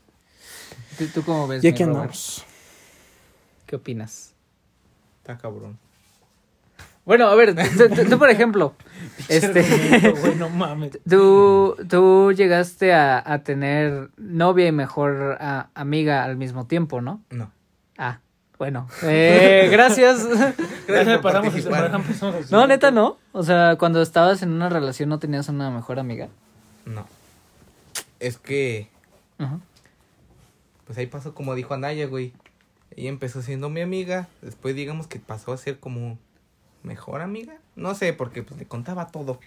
Speaker 2: ¿Tú, tú cómo ves?
Speaker 1: Y
Speaker 2: mi
Speaker 1: aquí
Speaker 2: Robert?
Speaker 1: andamos.
Speaker 2: ¿Qué opinas?
Speaker 3: Está cabrón.
Speaker 4: <laughs>
Speaker 2: Bueno, a ver, tú, tú- tú, por <laughs> ejemplo, este,
Speaker 1: Bueno,
Speaker 4: <laughs>
Speaker 1: mames.
Speaker 2: tú, tú llegaste a, a tener novia y mejor ah, amiga al mismo tiempo, ¿no?
Speaker 3: No.
Speaker 2: Ah, bueno.
Speaker 3: <laughs>
Speaker 2: Eh, gracias.
Speaker 3: Gracias por
Speaker 4: Pasamos a-
Speaker 3: participar.
Speaker 4: pasamos
Speaker 2: <laughs>
Speaker 4: al
Speaker 2: No,
Speaker 4: siguiente.
Speaker 2: neta, no. O sea, cuando estabas en una relación no tenías una mejor amiga.
Speaker 3: No. Es que,
Speaker 2: Ajá.
Speaker 3: pues ahí pasó como dijo Anaya, güey. Ella empezó siendo mi amiga, después digamos que pasó a ser como mejor amiga. No sé, porque pues le contaba todo.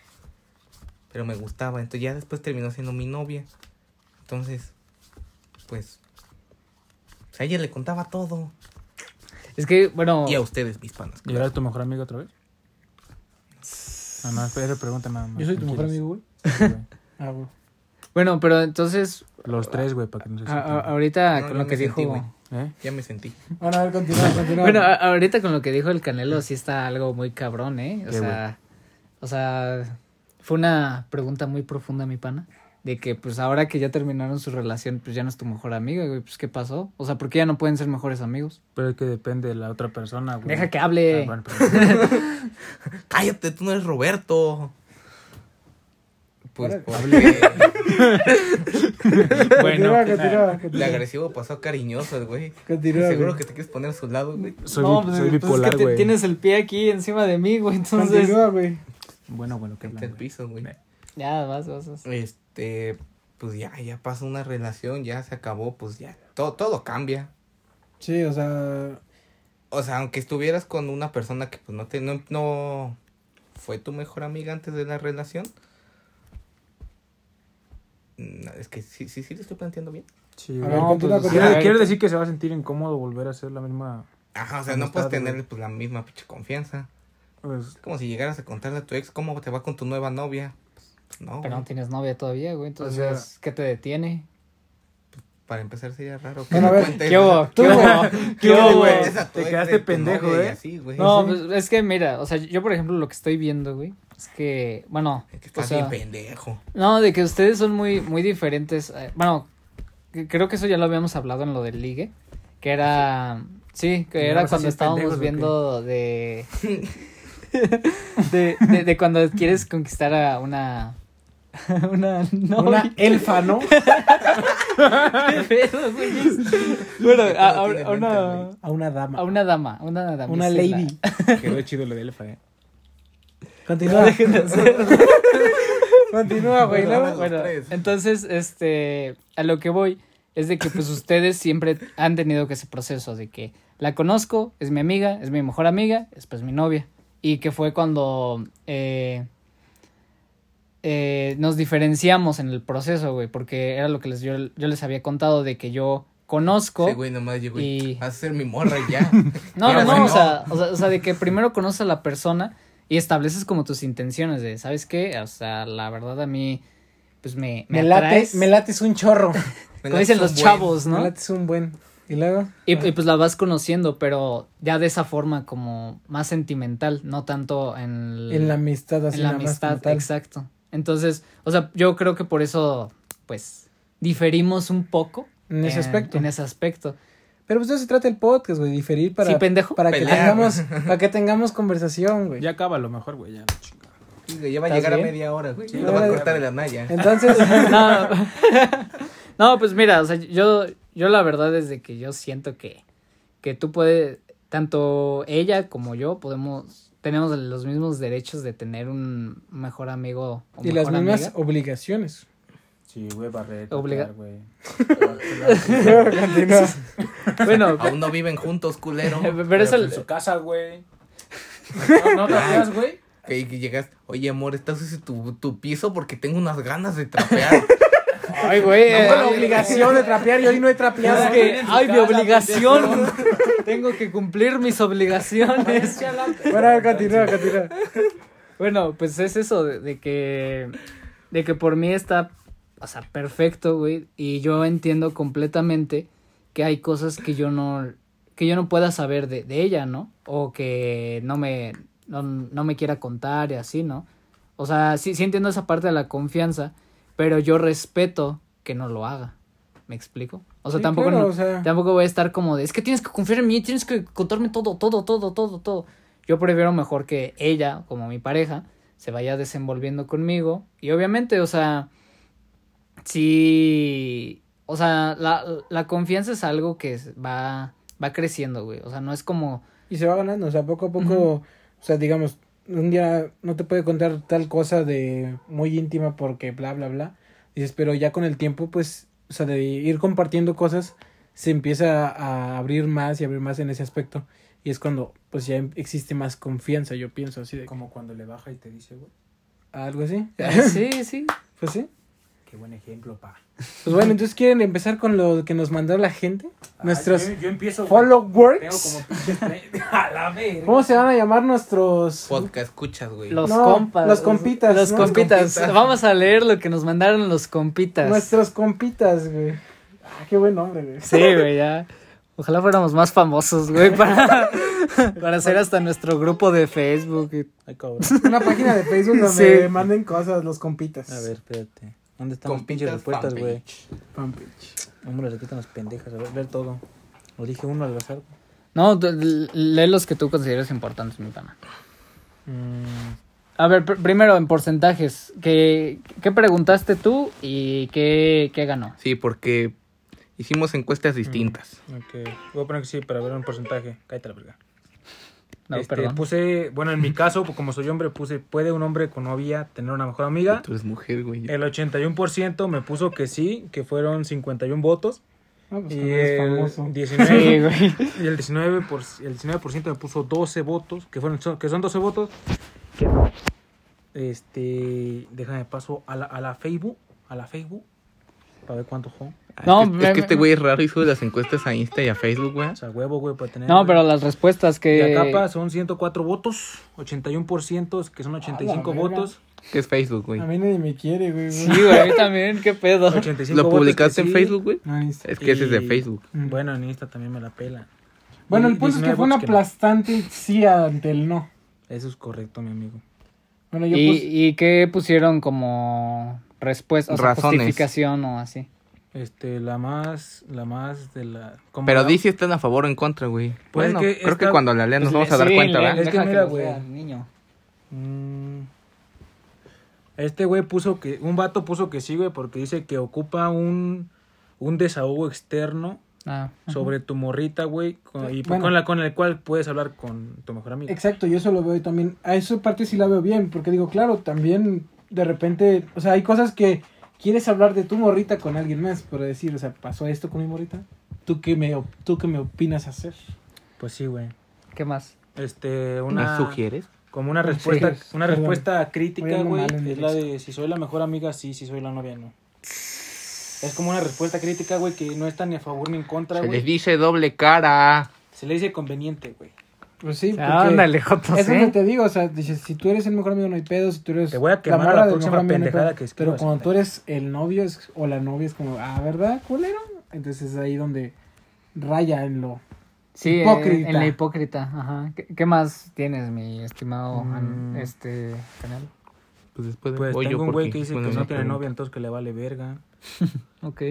Speaker 3: Pero me gustaba, entonces ya después terminó siendo mi novia. Entonces, pues... pues, a ella le contaba todo.
Speaker 2: Es que, bueno,
Speaker 3: Y a ustedes, mis panas.
Speaker 4: ¿Y era tu mejor amigo otra vez? Ah, Nada más, pero pregunta nada más.
Speaker 1: Yo soy tu mejor
Speaker 4: tranquilos.
Speaker 1: amigo, güey.
Speaker 4: Güey.
Speaker 1: Ah, güey.
Speaker 2: bueno, pero entonces,
Speaker 4: Los tres, güey, para que no se
Speaker 2: a- a-
Speaker 4: sientan.
Speaker 2: ahorita
Speaker 3: Pues No,
Speaker 2: Ah, con lo
Speaker 3: no me
Speaker 2: que
Speaker 3: sentí,
Speaker 2: dijo...
Speaker 3: güey.
Speaker 4: ¿Eh?
Speaker 3: Ya me sentí.
Speaker 1: Bueno, Ah, a ver, continúa,
Speaker 2: <laughs>
Speaker 1: continúa.
Speaker 2: Bueno, ah, a- ahorita con lo que dijo el Canelo sí está algo muy cabrón, ¿eh? O
Speaker 4: ¿Qué,
Speaker 2: sea, o sea, fue una pregunta muy profunda, mi pana, de que pues ahora que ya terminaron su relación, pues ya no es tu mejor amiga, güey, pues ¿qué pasó? O sea, ¿por qué ya no pueden ser mejores amigos?
Speaker 4: Pero es que depende de la otra persona, güey.
Speaker 2: Deja que hable.
Speaker 4: Ah, bueno,
Speaker 2: <laughs>
Speaker 4: pero-
Speaker 3: Cállate, tú no eres Roberto. Pues
Speaker 1: Órale.
Speaker 3: porque
Speaker 2: <laughs>
Speaker 1: Continúa, continúa,
Speaker 3: el
Speaker 1: continúa.
Speaker 3: agresivo pasó a cariñoso, el güey.
Speaker 1: Continúa,
Speaker 3: Seguro
Speaker 1: güey.
Speaker 3: que te quieres poner a su lado, güey.
Speaker 4: soy,
Speaker 2: no,
Speaker 4: bi-
Speaker 2: pues,
Speaker 4: soy
Speaker 2: pues, es
Speaker 4: bipolar,
Speaker 2: que te-
Speaker 4: güey.
Speaker 2: tienes el pie aquí encima de mí, güey, entonces...
Speaker 1: Continúa, güey.
Speaker 4: Bueno, bueno, que
Speaker 3: Gente al
Speaker 4: hablan, güey.
Speaker 3: piso, güey.
Speaker 2: Ya, vas, vas, vas.
Speaker 3: Este, pues ya, ya pasó una relación, ya se acabó, pues ya. Todo, todo cambia.
Speaker 1: Sí, o sea.
Speaker 3: O sea, aunque estuvieras con una persona que pues no te, no, no fue tu mejor amiga antes de la relación. Mm, Es que sí, sí, sí lo estoy planteando bien.
Speaker 4: Sí,
Speaker 1: A
Speaker 4: güey.
Speaker 1: ver,
Speaker 4: No,
Speaker 1: continúa,
Speaker 4: pues,
Speaker 1: continúa.
Speaker 4: quiere- quiere decir que se va a sentir incómodo volver a hacer la misma...
Speaker 3: Ajá, o sea, no puedes
Speaker 4: Amistad, güey.
Speaker 3: tenerle pues la misma pinche confianza.
Speaker 4: pues,
Speaker 3: Es como si llegaras a contarle a tu ex cómo te va con tu nueva novia. Pues, no,
Speaker 2: Pero no
Speaker 3: güey.
Speaker 2: tienes novia todavía, güey, entonces,
Speaker 4: sea-
Speaker 2: ¿qué te detiene?
Speaker 3: para empezar sería raro.
Speaker 1: Bueno, a
Speaker 3: le
Speaker 1: ver,
Speaker 3: cuentes-
Speaker 2: ¿Qué hubo?
Speaker 1: Tú,
Speaker 4: <laughs>
Speaker 2: ¿Qué hubo?
Speaker 1: güey.
Speaker 2: ¿Qué hubo, güey?
Speaker 3: cuentes a tu
Speaker 4: Te
Speaker 3: ex
Speaker 4: quedaste
Speaker 3: de tu
Speaker 4: pendejo,
Speaker 3: novia este, y
Speaker 4: ¿eh?
Speaker 3: así, güey.
Speaker 2: No,
Speaker 1: Sí.
Speaker 2: pues es que mira, o sea, yo por ejemplo lo que estoy viendo, güey, es que, bueno,
Speaker 3: Es que
Speaker 2: o
Speaker 3: estás
Speaker 2: sea,
Speaker 3: bien pendejo.
Speaker 2: no, de que ustedes son muy, muy diferentes. eh, Bueno, que- creo que eso ya lo habíamos hablado en lo del ligue, que era, sí, que
Speaker 4: ¿Que
Speaker 2: era
Speaker 4: éramos
Speaker 2: cuando
Speaker 4: así
Speaker 2: estábamos
Speaker 4: pendejos o qué?
Speaker 2: viendo de, de, de, de cuando quieres conquistar a una, <laughs> una novia. <laughs>
Speaker 1: Una elfa, ¿no?
Speaker 2: Pero, güey, es- bueno, ah,
Speaker 3: Que todo
Speaker 2: a, a-
Speaker 3: tiene
Speaker 2: a una,
Speaker 3: ventas,
Speaker 1: A una dama.
Speaker 2: a una dama, una dama.
Speaker 1: Una lady.
Speaker 4: quedó chido lo de Elfa, ¿eh?
Speaker 1: Continúa. <laughs> Continúa, güey.
Speaker 3: Bueno,
Speaker 1: ¿no?
Speaker 3: los
Speaker 2: Bueno,
Speaker 3: tres.
Speaker 2: entonces, este, a lo que voy es de que pues ustedes siempre han tenido que ese proceso de que la conozco, es mi amiga, es mi mejor amiga, después mi novia. Y que fue cuando eh, eh, nos diferenciamos en el proceso, güey, porque era lo que les, yo, yo les había contado de que yo conozco.
Speaker 3: Sí, güey, nomás llegó
Speaker 2: Y-
Speaker 3: y... Vas a ser mi morra
Speaker 2: <laughs>
Speaker 3: y ya.
Speaker 2: No, no,
Speaker 3: Mira,
Speaker 2: no,
Speaker 3: güey,
Speaker 2: o sea, o sea, o sea, de que primero conoces a la persona y estableces como tus intenciones de, ¿sabes qué? O sea, la verdad a mí, pues me, me,
Speaker 1: Me late,
Speaker 2: atraes.
Speaker 1: me lates un chorro.
Speaker 3: Me
Speaker 2: como
Speaker 3: la
Speaker 2: dicen
Speaker 3: hizo
Speaker 2: los
Speaker 3: un buen.
Speaker 2: chavos,
Speaker 1: Me
Speaker 2: ¿no?
Speaker 1: lates un buen. Y luego.
Speaker 2: Y, y pues la vas conociendo, pero ya de esa forma como más sentimental, no tanto en,
Speaker 1: En la amistad, así
Speaker 2: en la
Speaker 1: nada más
Speaker 2: amistad,
Speaker 1: como tal.
Speaker 2: exacto. Entonces, o sea, yo creo que por eso, pues, diferimos un poco.
Speaker 1: En ese aspecto.
Speaker 2: En ese aspecto.
Speaker 1: Pero pues de eso se trata el podcast, güey. Diferir para,
Speaker 2: Sí, pendejo.
Speaker 1: para, que
Speaker 3: Pelear.
Speaker 1: tengamos, para que tengamos conversación, güey.
Speaker 4: Ya acaba lo mejor, güey, ya. chinga.
Speaker 3: Sí, güey, ya va a
Speaker 1: ¿Estás
Speaker 3: llegar a
Speaker 1: bien?
Speaker 3: media hora, güey.
Speaker 1: Sí,
Speaker 3: lo va a
Speaker 1: güey.
Speaker 3: cortar el anaya.
Speaker 2: <laughs>
Speaker 1: Entonces,
Speaker 2: No, <laughs> no, pues mira, o sea, yo, yo la verdad es de que yo siento que, que tú puedes, tanto ella como yo podemos, tenemos los mismos derechos de tener un mejor amigo o
Speaker 1: y
Speaker 2: mejor
Speaker 1: las mismas
Speaker 2: amiga.
Speaker 1: obligaciones.
Speaker 4: Sí, güey, barrer.
Speaker 2: Obliga-
Speaker 4: tratar, güey.
Speaker 2: <laughs>
Speaker 1: Continúa.
Speaker 4: <laughs>
Speaker 2: Bueno, <laughs>
Speaker 3: Aún no viven juntos, culero.
Speaker 2: pero eso,
Speaker 4: en su casa, güey. pues, No, no trapeas, güey.
Speaker 3: Que, que llegas, oye amor, ¿estás sucio tu, tu piso? Porque tengo unas ganas
Speaker 2: <laughs>
Speaker 3: de trapear.
Speaker 2: Ay, güey.
Speaker 1: Tengo la
Speaker 2: eh,
Speaker 1: obligación de trapear y hoy no he trapeado.
Speaker 2: es
Speaker 5: Cada
Speaker 2: que,
Speaker 5: quien en su
Speaker 2: ay, mi
Speaker 5: casa,
Speaker 2: obligación. Tengo que cumplir mis obligaciones.
Speaker 1: Bueno, a ver, continúa, continúa.
Speaker 2: Bueno, pues es eso, de, de que. De que por mí está. O sea, perfecto, güey. Y yo entiendo completamente que hay cosas que yo no. que yo no pueda saber de, de ella, ¿no? O que no me. No, no me quiera contar y así, ¿no? O sea, sí, sí entiendo esa parte de la confianza, pero yo respeto que no lo haga. ¿Me explico? O sea,
Speaker 1: Sí,
Speaker 2: tampoco
Speaker 1: claro,
Speaker 2: no-
Speaker 1: o sea.
Speaker 2: tampoco voy a estar como de, es que tienes que confiar en mí, tienes que contarme todo, todo, todo, todo, todo. Yo prefiero mejor que ella, como mi pareja, se vaya desenvolviendo conmigo. Y obviamente, o sea, sí, o sea, la, la confianza es algo que es- va, va creciendo, güey. O sea, no es como,
Speaker 1: Y se va ganando, o sea, poco a poco,
Speaker 2: Ujú.
Speaker 1: o sea, digamos, un día no te puede contar tal cosa de muy íntima porque bla, bla, bla. Dices, pero ya con el tiempo, pues, o sea, de ir compartiendo cosas, se empieza a abrir más y abrir más en ese aspecto. Y es cuando, pues, ya existe más confianza, yo pienso, así de...
Speaker 5: Como cuando le baja y te dice, güey,
Speaker 1: ¿Algo así? <laughs>
Speaker 2: sí, sí.
Speaker 1: Pues sí.
Speaker 5: qué buen ejemplo, pa.
Speaker 1: Pues bueno, entonces, ¿quieren empezar con lo que nos mandó la gente?
Speaker 5: Ah,
Speaker 1: Nuestros
Speaker 5: yo, yo empiezo, güey. Tengo como
Speaker 1: followers.
Speaker 5: pinche tre- A la verga.
Speaker 1: ¿Cómo se van a llamar nuestros...?
Speaker 3: Podcast, escuchas, güey.
Speaker 2: Los
Speaker 1: No,
Speaker 2: compas.
Speaker 1: los compitas,
Speaker 2: Los
Speaker 1: ¿no?
Speaker 2: compitas.
Speaker 3: Los compitas.
Speaker 2: Vamos a leer lo que nos mandaron los compitas.
Speaker 1: Nuestros compitas, güey. Ah, qué buen nombre, güey.
Speaker 2: Sí, güey, ya. Ojalá fuéramos más famosos,
Speaker 1: <laughs>
Speaker 2: güey, para, para hacer hasta nuestro grupo de Facebook.
Speaker 5: <laughs>
Speaker 2: y-
Speaker 1: Una página de Facebook <laughs> donde
Speaker 2: Sí.
Speaker 1: manden cosas los compitas.
Speaker 4: A ver, espérate. ¿Dónde están las pinches
Speaker 3: Compitas
Speaker 4: respuestas, güey?
Speaker 3: fanpage.
Speaker 1: Fanpage.
Speaker 4: Hombre, aquí están las pendejas. A ver, ver todo. Lo dije uno al azar.
Speaker 2: No, tú- l- lee los que tú consideres importantes, mi pana.
Speaker 1: Mm.
Speaker 2: A ver, pr- primero en porcentajes. ¿Qué, qué preguntaste tú y qué, qué ganó?
Speaker 3: Sí, porque hicimos encuestas distintas.
Speaker 4: Ok. Voy a poner que sí para ver un porcentaje. Cállate la verga.
Speaker 2: No,
Speaker 4: Este,
Speaker 2: perdón.
Speaker 4: Puse, bueno, en mi caso, pues, como soy hombre, puse, ¿puede un hombre con novia tener una mejor amiga?
Speaker 2: Mm.
Speaker 3: Tú eres mujer, güey.
Speaker 4: El 81% me puso que sí, que fueron 51 votos.
Speaker 1: Ah, pues,
Speaker 4: Y
Speaker 1: como eres
Speaker 4: el
Speaker 1: famoso.
Speaker 4: 19,
Speaker 2: Sí, güey.
Speaker 4: y el 19, por, el 19% me puso 12 votos, que fueron son- que son 12 votos. Que no. Este, déjame paso a la, a la Facebook, a la Facebook para ver cuántos son.
Speaker 3: Ah,
Speaker 2: No,
Speaker 3: es, que,
Speaker 2: me-
Speaker 3: es que este
Speaker 2: me-
Speaker 3: güey es raro y sube las encuestas a Insta y a Facebook, güey.
Speaker 4: O sea, huevo, güey, para tener
Speaker 1: <laughs>
Speaker 2: No, pero las respuestas
Speaker 4: Y
Speaker 3: Eh,
Speaker 2: que...
Speaker 4: acá pa, son 104 votos, 81%, que son 85
Speaker 1: verga.
Speaker 4: votos.
Speaker 3: ¿Qué es Facebook, güey?
Speaker 1: A mí nadie me quiere, güey.
Speaker 2: Sí, güey, a mí también,
Speaker 1: <laughs>
Speaker 2: qué pedo.
Speaker 3: <laughs>
Speaker 4: 85
Speaker 3: ¿Lo
Speaker 4: votos que
Speaker 3: publicaste en
Speaker 4: sí.
Speaker 3: Facebook, güey?
Speaker 1: No, Insta.
Speaker 3: Es que ese es de
Speaker 4: Y- mm,
Speaker 3: Facebook.
Speaker 4: Bueno, en Insta también me la pela.
Speaker 1: Bueno,
Speaker 4: Y
Speaker 1: el punto es que
Speaker 4: 19
Speaker 1: fue una
Speaker 4: votos no.
Speaker 1: aplastante sí ante el no.
Speaker 4: Eso es correcto, mi amigo.
Speaker 1: Bueno, yo
Speaker 2: ¿Y,
Speaker 1: puse-
Speaker 2: y qué pusieron como respuesta, o sea,
Speaker 3: Razones.
Speaker 2: justificación o así?
Speaker 4: Este, la más, la más de la... como
Speaker 3: Pero
Speaker 4: la-
Speaker 3: di si están a favor o en contra, güey.
Speaker 4: Pues es
Speaker 3: bueno,
Speaker 4: que
Speaker 3: creo
Speaker 4: esta-
Speaker 3: que cuando la lean nos vamos a dar cuenta,
Speaker 2: ¿verdad?
Speaker 3: ¿verdad?
Speaker 4: le- Es que mira, güey.
Speaker 2: niño.
Speaker 4: Mm. Este güey puso que, un vato puso que sí, güey, porque dice que ocupa un, un desahogo externo
Speaker 2: Ah,
Speaker 4: sobre tu morrita, güey, con, y
Speaker 1: Bueno.
Speaker 4: con la con el cual puedes hablar con tu mejor amigo.
Speaker 1: Exacto, yo eso lo veo y también. A esa parte sí la veo bien, porque digo, claro, también de repente, o sea, hay cosas que quieres hablar de tu morrita con alguien más, pero decir, o sea, pasó esto con mi morrita. ¿Tú qué me, op- tú qué me opinas hacer?
Speaker 4: Pues sí, güey.
Speaker 2: ¿qué más?
Speaker 4: Este,
Speaker 3: ¿Las
Speaker 4: una
Speaker 3: sugieres?
Speaker 4: como una respuesta,
Speaker 1: Sí.
Speaker 4: una
Speaker 1: Perdón.
Speaker 4: respuesta
Speaker 1: Voy
Speaker 4: crítica,
Speaker 1: ando
Speaker 4: güey,
Speaker 1: mal en
Speaker 4: es
Speaker 1: el
Speaker 4: la
Speaker 1: léxico.
Speaker 4: de si soy la mejor amiga, sí, si soy la novia, no. Es como una respuesta crítica, güey, que no está ni a favor ni en contra,
Speaker 3: Se les
Speaker 4: güey.
Speaker 3: dice doble cara.
Speaker 4: Se le dice conveniente, güey.
Speaker 1: Pues sí, porque...
Speaker 2: Ándale, Jotos,
Speaker 1: Eso es lo
Speaker 2: ¿eh?
Speaker 1: que te digo, o sea, dices, si tú eres el mejor amigo no hay pedo, si tú eres
Speaker 4: Te voy a quemar
Speaker 1: morra
Speaker 4: la
Speaker 1: del
Speaker 4: próxima
Speaker 1: mejor amigo, no hay
Speaker 4: pendejada
Speaker 1: pedo.
Speaker 4: que escribas,
Speaker 1: Pero cuando tú
Speaker 4: pendejo.
Speaker 1: eres el novio es- o la novia es como, ah, ¿verdad, culero? Entonces es ahí donde raya en lo...
Speaker 2: Sí, eh,
Speaker 1: Hipócrita.
Speaker 2: en la hipócrita, ajá. ¿Qué, qué más tienes, mi estimado an-
Speaker 4: Mm.
Speaker 2: este canal?
Speaker 3: Pues después
Speaker 4: Pues
Speaker 3: voy yo
Speaker 4: tengo un güey
Speaker 3: porque
Speaker 4: que dice que
Speaker 3: bueno,
Speaker 4: no
Speaker 3: me
Speaker 4: tiene
Speaker 3: pregunto.
Speaker 4: novia, entonces que le vale verga.
Speaker 2: Ok.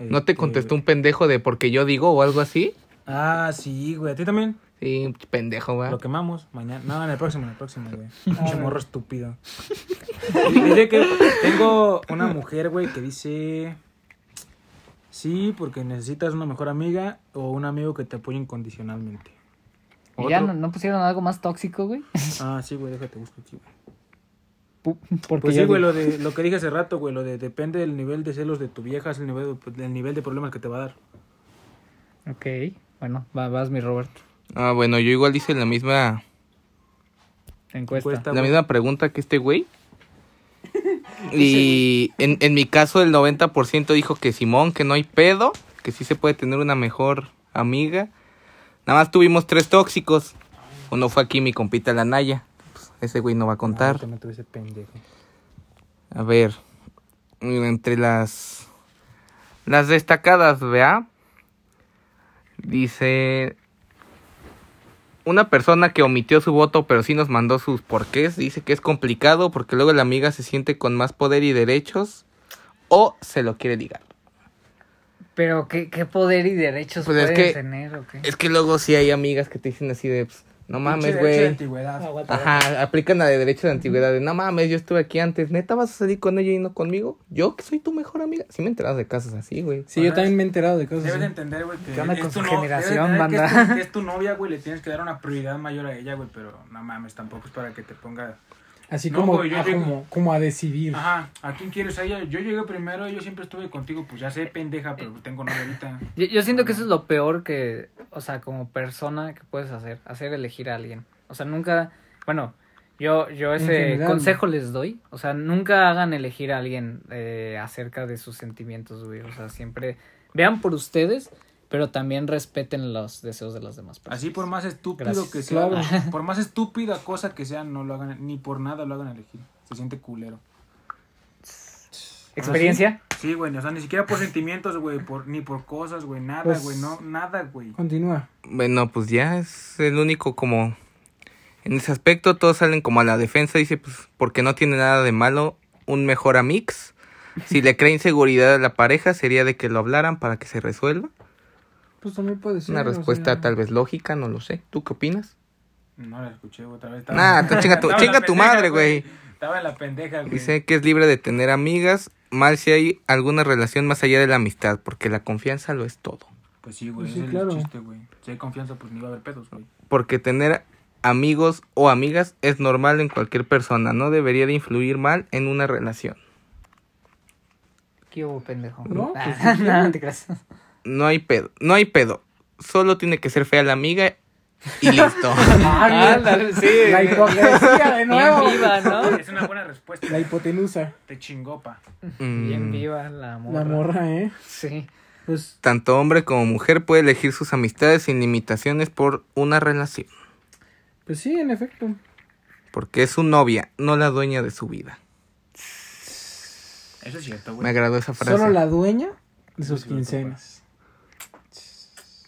Speaker 3: ¿No te
Speaker 4: Este-
Speaker 3: contestó un pendejo de porque yo digo o algo así?
Speaker 4: Ah, sí, güey. A ti también.
Speaker 3: Sí, pendejo, güey.
Speaker 4: Lo quemamos mañana. No, en el próximo, en el próximo, güey.
Speaker 1: Ah,
Speaker 4: Pinche morro estúpido. Dice que tengo una mujer, güey, que dice. Sí, porque necesitas una mejor amiga o un amigo que te apoye incondicionalmente.
Speaker 2: ¿Y ya
Speaker 3: Otro.
Speaker 2: no, no pusieron algo más tóxico, güey? <laughs>
Speaker 4: Ah, sí, güey, déjate busco aquí, güey.
Speaker 2: Pu- Porque
Speaker 4: Pues
Speaker 2: yo
Speaker 4: sí, güey,
Speaker 2: digo-
Speaker 4: lo, de, lo que dije hace rato, güey, lo de depende del nivel de celos de tu vieja, es el nivel, del nivel de problemas que te va a dar.
Speaker 2: Ok, bueno, va- vas mi Robert.
Speaker 3: Ah, bueno, yo igual hice la misma
Speaker 2: Encuesta.
Speaker 6: Encuesta.
Speaker 3: La misma pregunta que este güey. Y en, en mi caso el 90% dijo que Simón, que no hay pedo, que sí se puede tener una mejor amiga. Nada más tuvimos tres tóxicos. Uno fue aquí mi compita la Naya. Pues, ese güey no va a contar.
Speaker 6: No, me tuve ese pendejo.
Speaker 3: A ver, entre las las destacadas, vea. Dice una persona que omitió su voto, pero sí nos mandó sus porqués, dice que es complicado porque luego la amiga se siente con más poder y derechos o se lo quiere ligar.
Speaker 2: Pero, ¿qué, qué poder y derechos
Speaker 3: Pues es
Speaker 2: puedes
Speaker 3: que-
Speaker 2: tener o qué?
Speaker 3: Es que luego sí hay amigas que te dicen así de, pues, no mames,
Speaker 4: Pinche derecho de
Speaker 3: güey.
Speaker 4: antigüedad.
Speaker 3: Ajá, aplican la de derecho de antigüedad de, no mames, yo estuve aquí antes, neta vas a salir con ella y no conmigo. Yo que soy tu mejor amiga. Sí me enteras de casas así, güey.
Speaker 1: Sí, yo también me he enterado de cosas
Speaker 4: Debes de
Speaker 1: así.
Speaker 4: entender, güey, que
Speaker 2: ¿Qué onda
Speaker 4: es
Speaker 2: con
Speaker 4: tu
Speaker 2: su
Speaker 4: no-
Speaker 2: generación,
Speaker 4: debes de entender Que es,
Speaker 2: banda?
Speaker 4: tu, que
Speaker 3: <laughs>
Speaker 4: es tu novia, güey, le tienes que dar una prioridad mayor a ella, güey, pero no mames, tampoco es para que te ponga...
Speaker 1: Así
Speaker 4: No,
Speaker 1: como,
Speaker 4: güey, yo
Speaker 1: a,
Speaker 4: llego-
Speaker 1: como, como a decidir.
Speaker 4: Ajá, ¿a quién quieres a ella? Yo llegué primero, yo siempre estuve contigo, pues ya sé, pendeja, pero tengo novia ahorita.
Speaker 2: Yo, yo siento que eso es lo peor que, o sea, como persona que puedes hacer, hacer elegir a alguien. O sea, nunca, bueno, yo, yo
Speaker 1: En
Speaker 2: ese
Speaker 1: general,
Speaker 2: consejo les doy. O sea, nunca hagan elegir a alguien eh, acerca de sus sentimientos, güey. O sea, siempre vean por ustedes, pero también respeten los deseos de las demás personas.
Speaker 4: Así por más estúpido
Speaker 2: Gracias.
Speaker 4: que sea, güey, <laughs> por más estúpida cosa que sea, no lo hagan, ni por nada lo hagan elegir. Se siente culero.
Speaker 2: ¿Experiencia?
Speaker 4: Sí, güey, o sea, ni siquiera por sentimientos, güey, por, ni por cosas, güey, nada,
Speaker 1: Pues-
Speaker 4: güey, no, nada, güey.
Speaker 1: Continúa.
Speaker 3: Bueno, pues ya es el único como... En ese aspecto todos salen como a la defensa, dice, pues porque no tiene nada de malo un mejor amix. Si le crea inseguridad a la pareja sería de que lo hablaran para que se resuelva.
Speaker 1: Pues también puede
Speaker 3: Es
Speaker 1: ser.
Speaker 3: una
Speaker 1: o
Speaker 3: respuesta
Speaker 1: sea,
Speaker 3: tal vez lógica, no lo sé. ¿Tú qué opinas?
Speaker 4: No la escuché, güey, otra vez. estaba-
Speaker 3: Nah, tú chinga tu,
Speaker 4: <laughs> estaba en la
Speaker 3: chinga tu
Speaker 4: pendeja,
Speaker 3: madre, güey.
Speaker 4: Estaba en la pendeja, güey.
Speaker 3: Dice que es libre de tener amigas, mal si hay alguna relación más allá de la amistad, porque la confianza lo es todo.
Speaker 4: Pues sí, güey,
Speaker 1: Pues
Speaker 4: ese
Speaker 1: sí,
Speaker 4: es
Speaker 1: claro.
Speaker 4: el chiste, güey. Si hay confianza, pues ni va a haber pedos, güey.
Speaker 3: Porque tener amigos o amigas es normal en cualquier persona, no debería de influir mal en una relación.
Speaker 2: ¿Qué hubo, pendejo?
Speaker 1: No,
Speaker 2: Ah, <laughs>
Speaker 1: pues, sí, sí,
Speaker 2: no, Ah,
Speaker 1: güey.
Speaker 2: te creas.
Speaker 3: No hay pedo, no hay pedo. Solo tiene que ser fea la amiga y listo. <laughs>
Speaker 2: Ándale, sí.
Speaker 1: Ah, La hipocresía de nuevo.
Speaker 2: Bien viva, Ah, <laughs> ¿no?
Speaker 4: Es una buena respuesta.
Speaker 1: La hipotenusa.
Speaker 4: Te chingopa.
Speaker 3: Mm.
Speaker 2: Bien viva la morra.
Speaker 1: La morra, ¿eh?
Speaker 2: Sí. <laughs>
Speaker 1: Pues
Speaker 3: Tanto hombre como mujer puede elegir sus amistades sin limitaciones por una relación,
Speaker 1: Pues sí, en efecto.
Speaker 3: porque es su novia, no la dueña de su vida.
Speaker 4: Eso es cierto,
Speaker 3: Me
Speaker 4: güey.
Speaker 3: agradó esa frase.
Speaker 1: Solo la dueña de sus quincenas. <laughs>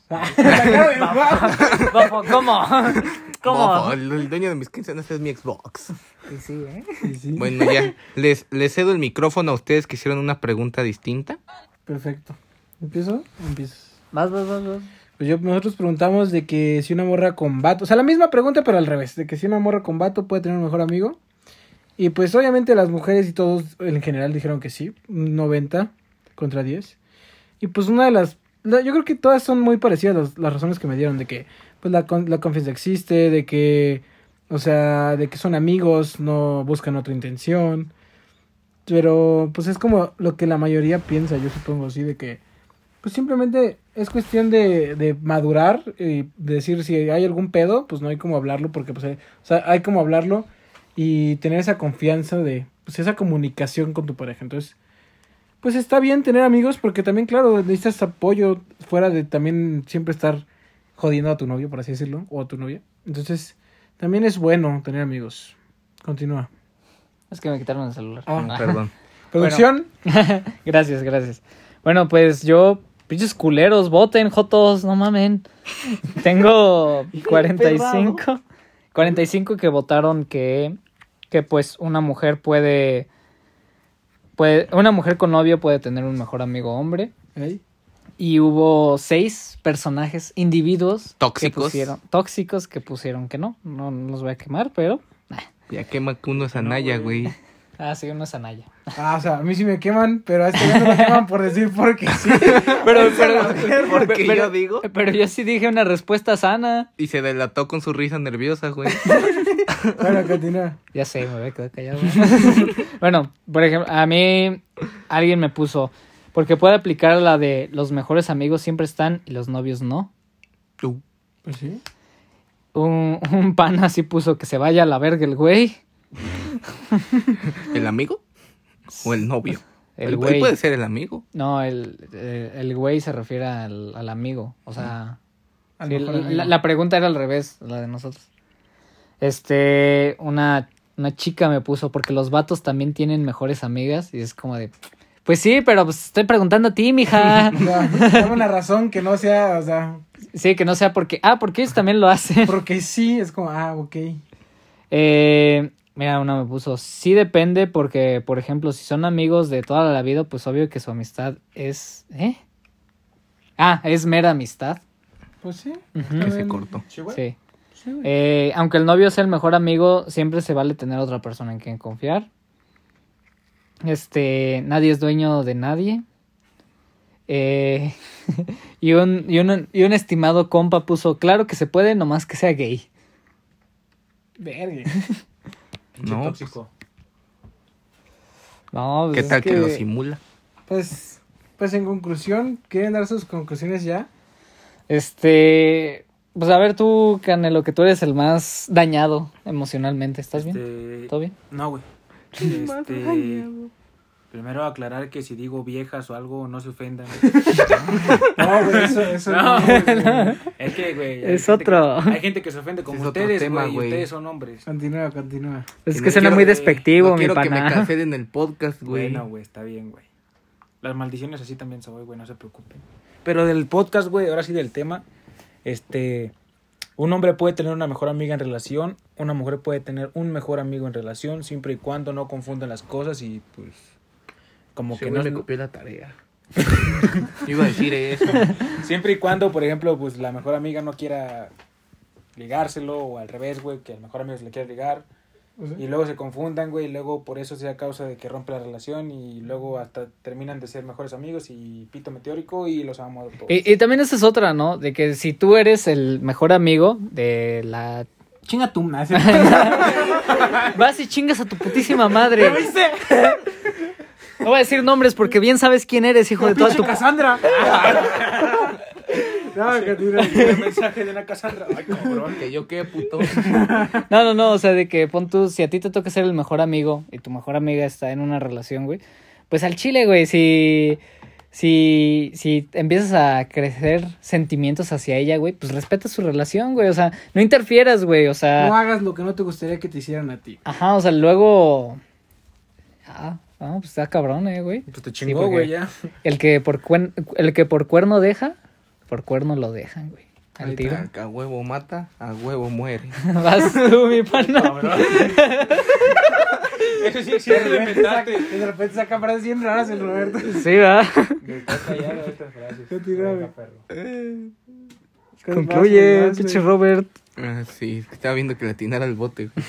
Speaker 1: Ah, la cara de guapo.
Speaker 2: Bofo, ¿Cómo?
Speaker 3: Bofo,
Speaker 2: ¿Cómo?
Speaker 3: el, el dueño de mis quincenas es mi Xbox.
Speaker 2: Y sí, ¿eh?
Speaker 1: Sí, sí,
Speaker 3: Bueno, ya. Les, les cedo el micrófono a ustedes que hicieron una pregunta distinta.
Speaker 1: Perfecto. ¿Empiezo? Empiezas.
Speaker 2: Vas, vas, vas, vas.
Speaker 1: Pues yo, nosotros preguntamos de que si una morra con vato, o sea, la misma pregunta pero al revés, de que si una morra con vato puede tener un mejor amigo. Y pues obviamente las mujeres y todos en general dijeron que sí, un 90 contra 10. Y pues una de las, la- yo creo que todas son muy parecidas las, las razones que me dieron, de que pues la, con- la confianza existe, de que, o sea, de que son amigos, no buscan otra intención. Pero pues es como lo que la mayoría piensa, yo supongo, sí, de que pues simplemente es cuestión de, de madurar y decir si hay algún pedo, pues no hay como hablarlo, porque pues hay, o sea, hay como hablarlo y tener esa confianza de, pues esa comunicación con tu pareja. Entonces, pues está bien tener amigos porque también, claro, necesitas apoyo fuera de también siempre estar jodiendo a tu novio, por así decirlo, o a tu novia. Entonces, también es bueno tener amigos. Continúa.
Speaker 2: Es que me quitaron el celular.
Speaker 1: Ah,
Speaker 2: Ah.
Speaker 3: Perdón.
Speaker 1: Producción,
Speaker 2: <laughs> gracias, gracias. Bueno, pues yo, pinches culeros, voten, jotos, no mamen. Tengo 45. 45 que votaron que, que pues una mujer puede, puede, una mujer con novio puede tener un mejor amigo hombre.
Speaker 1: Ey,
Speaker 2: Y hubo seis personajes, individuos. que
Speaker 3: Tóxicos.
Speaker 2: pusieron- tóxicos que pusieron que no. No los voy a quemar, pero.
Speaker 3: Ya quema que uno es Anaya, güey.
Speaker 2: Ah, sí, una Sanaya.
Speaker 1: Ah, o sea, a mí sí me queman, pero a este ya no me queman por decir porque sí.
Speaker 2: Pero, pero,
Speaker 3: <laughs> Porque
Speaker 2: pero-
Speaker 3: yo digo.
Speaker 2: pero yo sí dije una respuesta sana.
Speaker 3: Y se delató con su risa nerviosa, güey.
Speaker 1: Bueno, continúa.
Speaker 2: Ya sé, me voy a quedar
Speaker 1: <laughs>
Speaker 2: callado. bueno, por ejemplo, a mí alguien me puso, porque puede aplicar la de los mejores amigos siempre están y los novios no.
Speaker 3: Uh,
Speaker 1: Pues sí.
Speaker 2: Un, un pan así puso que se vaya a la verga el güey.
Speaker 3: ¿El amigo? ¿O el novio?
Speaker 2: <laughs> El
Speaker 3: Él- él
Speaker 2: güey.
Speaker 3: puede ser el amigo.
Speaker 2: No, el, el, el güey se refiere al, al amigo. O sea,
Speaker 1: Al
Speaker 2: sí,
Speaker 1: mejor
Speaker 2: la-
Speaker 1: amigo.
Speaker 2: la, la pregunta era al revés, la de nosotros. Este, una, una chica me puso, porque los vatos también tienen mejores amigas. Y es como de, pues sí, pero pues, estoy preguntando a
Speaker 1: <laughs>
Speaker 2: ti, mija.
Speaker 1: O sea, dame una razón que no sea, o sea,
Speaker 2: sí, que no sea porque, ah, porque ellos también
Speaker 1: <laughs>
Speaker 2: lo hacen.
Speaker 1: porque sí, es como, ah, ok.
Speaker 2: Eh, mira, una me puso, sí depende porque, por ejemplo, si son amigos de toda la vida, pues obvio que su amistad es... ¿Eh? Ah, es mera amistad.
Speaker 1: Pues sí.
Speaker 2: Ujú.
Speaker 3: Mm. Que se cortó.
Speaker 4: Sí, güey.
Speaker 2: Sí.
Speaker 1: Sí, güey.
Speaker 2: Eh, aunque el novio sea el mejor amigo, siempre se vale tener otra persona en quien confiar. Este, nadie es dueño de nadie. Eh, <laughs> y, un, y, un, y un estimado compa puso, claro que se puede, nomás que sea gay.
Speaker 1: Verga.
Speaker 4: Pinche
Speaker 3: No, pues,
Speaker 4: tóxico.
Speaker 2: No, pues
Speaker 3: ¿Qué
Speaker 2: es
Speaker 3: tal que... lo
Speaker 1: que-
Speaker 3: simula?
Speaker 1: Pues, pues en conclusión, ¿quieren dar sus conclusiones ya?
Speaker 2: Este, pues a ver tú, Canelo, que tú eres el más dañado emocionalmente, ¿estás bien?
Speaker 4: Este,
Speaker 2: ¿Todo bien?
Speaker 4: No, güey. Este, primero aclarar que si digo viejas o algo, no se
Speaker 1: <laughs>
Speaker 4: ofendan.
Speaker 1: No, güey, eso, eso <laughs> no.
Speaker 4: No,
Speaker 1: güey.
Speaker 4: es que, güey. hay
Speaker 2: Es
Speaker 4: gente que-
Speaker 2: otro.
Speaker 4: hay gente que se ofende como
Speaker 3: Es otro
Speaker 4: ustedes,
Speaker 3: tema,
Speaker 4: güey. y
Speaker 3: güey.
Speaker 4: Ustedes son hombres.
Speaker 1: Continúa, continúa.
Speaker 2: Es
Speaker 3: no
Speaker 2: que suena
Speaker 3: quiero
Speaker 2: muy
Speaker 4: que-
Speaker 2: despectivo,
Speaker 3: no
Speaker 2: mi
Speaker 3: quiero que me
Speaker 2: pana.
Speaker 3: cancelen el podcast, güey.
Speaker 4: Bueno, güey, está bien, güey. Las maldiciones así también se voy, güey, no se preocupen.
Speaker 6: Pero del podcast, güey, ahora sí del tema. Este. Un hombre puede tener una mejor amiga en relación. Una mujer puede tener un mejor amigo en relación. Siempre y cuando no confundan las cosas y pues. Como
Speaker 3: Ese
Speaker 6: que
Speaker 3: güey
Speaker 6: no.
Speaker 3: me copió la tarea. Yo iba a decir eso.
Speaker 2: <laughs>
Speaker 6: Siempre y cuando, por ejemplo, pues la mejor amiga no quiera ligárselo o al revés, güey, que el mejor amigo se le quiera ligar.
Speaker 3: Pues
Speaker 1: O sea,
Speaker 6: Y luego se confundan, güey, y luego por eso sea causa de que rompe la relación y luego hasta terminan de ser mejores amigos y pito meteórico y los amo a todos.
Speaker 2: Y, y también esa es otra, ¿no? De que si tú eres el mejor amigo de la...
Speaker 1: Chinga tu madre. <laughs>
Speaker 2: Vas y chingas a tu putísima madre. No voy a decir nombres porque bien sabes quién eres, hijo de toda
Speaker 1: <laughs>
Speaker 2: tu...
Speaker 6: Cassandra.
Speaker 1: No, continúa.
Speaker 6: El mensaje de una Cassandra. Ay, cabrón.
Speaker 3: Que yo qué puto.
Speaker 2: No, no, no, o sea, de que pon tú, si a ti te toca ser el mejor amigo y tu mejor amiga está en una relación, güey, pues al chile, güey, si, si, si empiezas a crecer sentimientos hacia ella, güey, pues respeta su relación, güey, o sea, no interfieras, güey, o sea,
Speaker 1: No hagas lo que no te gustaría que te hicieran a ti.
Speaker 2: ajá, o sea, luego... Ah, ah, pues está cabrón, eh, güey.
Speaker 6: Pues te
Speaker 2: Sí,
Speaker 6: chingó,
Speaker 2: porque-
Speaker 6: güey, ya.
Speaker 2: El que por, cuen- el que por cuerno deja, por cuerno lo dejan, güey.
Speaker 1: Ahí
Speaker 2: Al tiro.
Speaker 1: está.
Speaker 3: A huevo mata, a huevo muere.
Speaker 2: <laughs> Vas tú, mi pana.
Speaker 6: Cabrón. Eso sí, sí,
Speaker 1: De
Speaker 6: lo
Speaker 1: repente, saca,
Speaker 6: inventaste.
Speaker 1: de repente saca frases bien raras el Roberto.
Speaker 2: Sí, ¿verdad?
Speaker 6: Está callado <laughs> estas frases.
Speaker 1: Continúa, güey.
Speaker 6: Venga, perro.
Speaker 2: Concluye,
Speaker 1: Vas, vas,
Speaker 2: pinche
Speaker 1: güey.
Speaker 2: Robert.
Speaker 3: Ah, sí, es que estaba viendo que le atinara el bote. güey.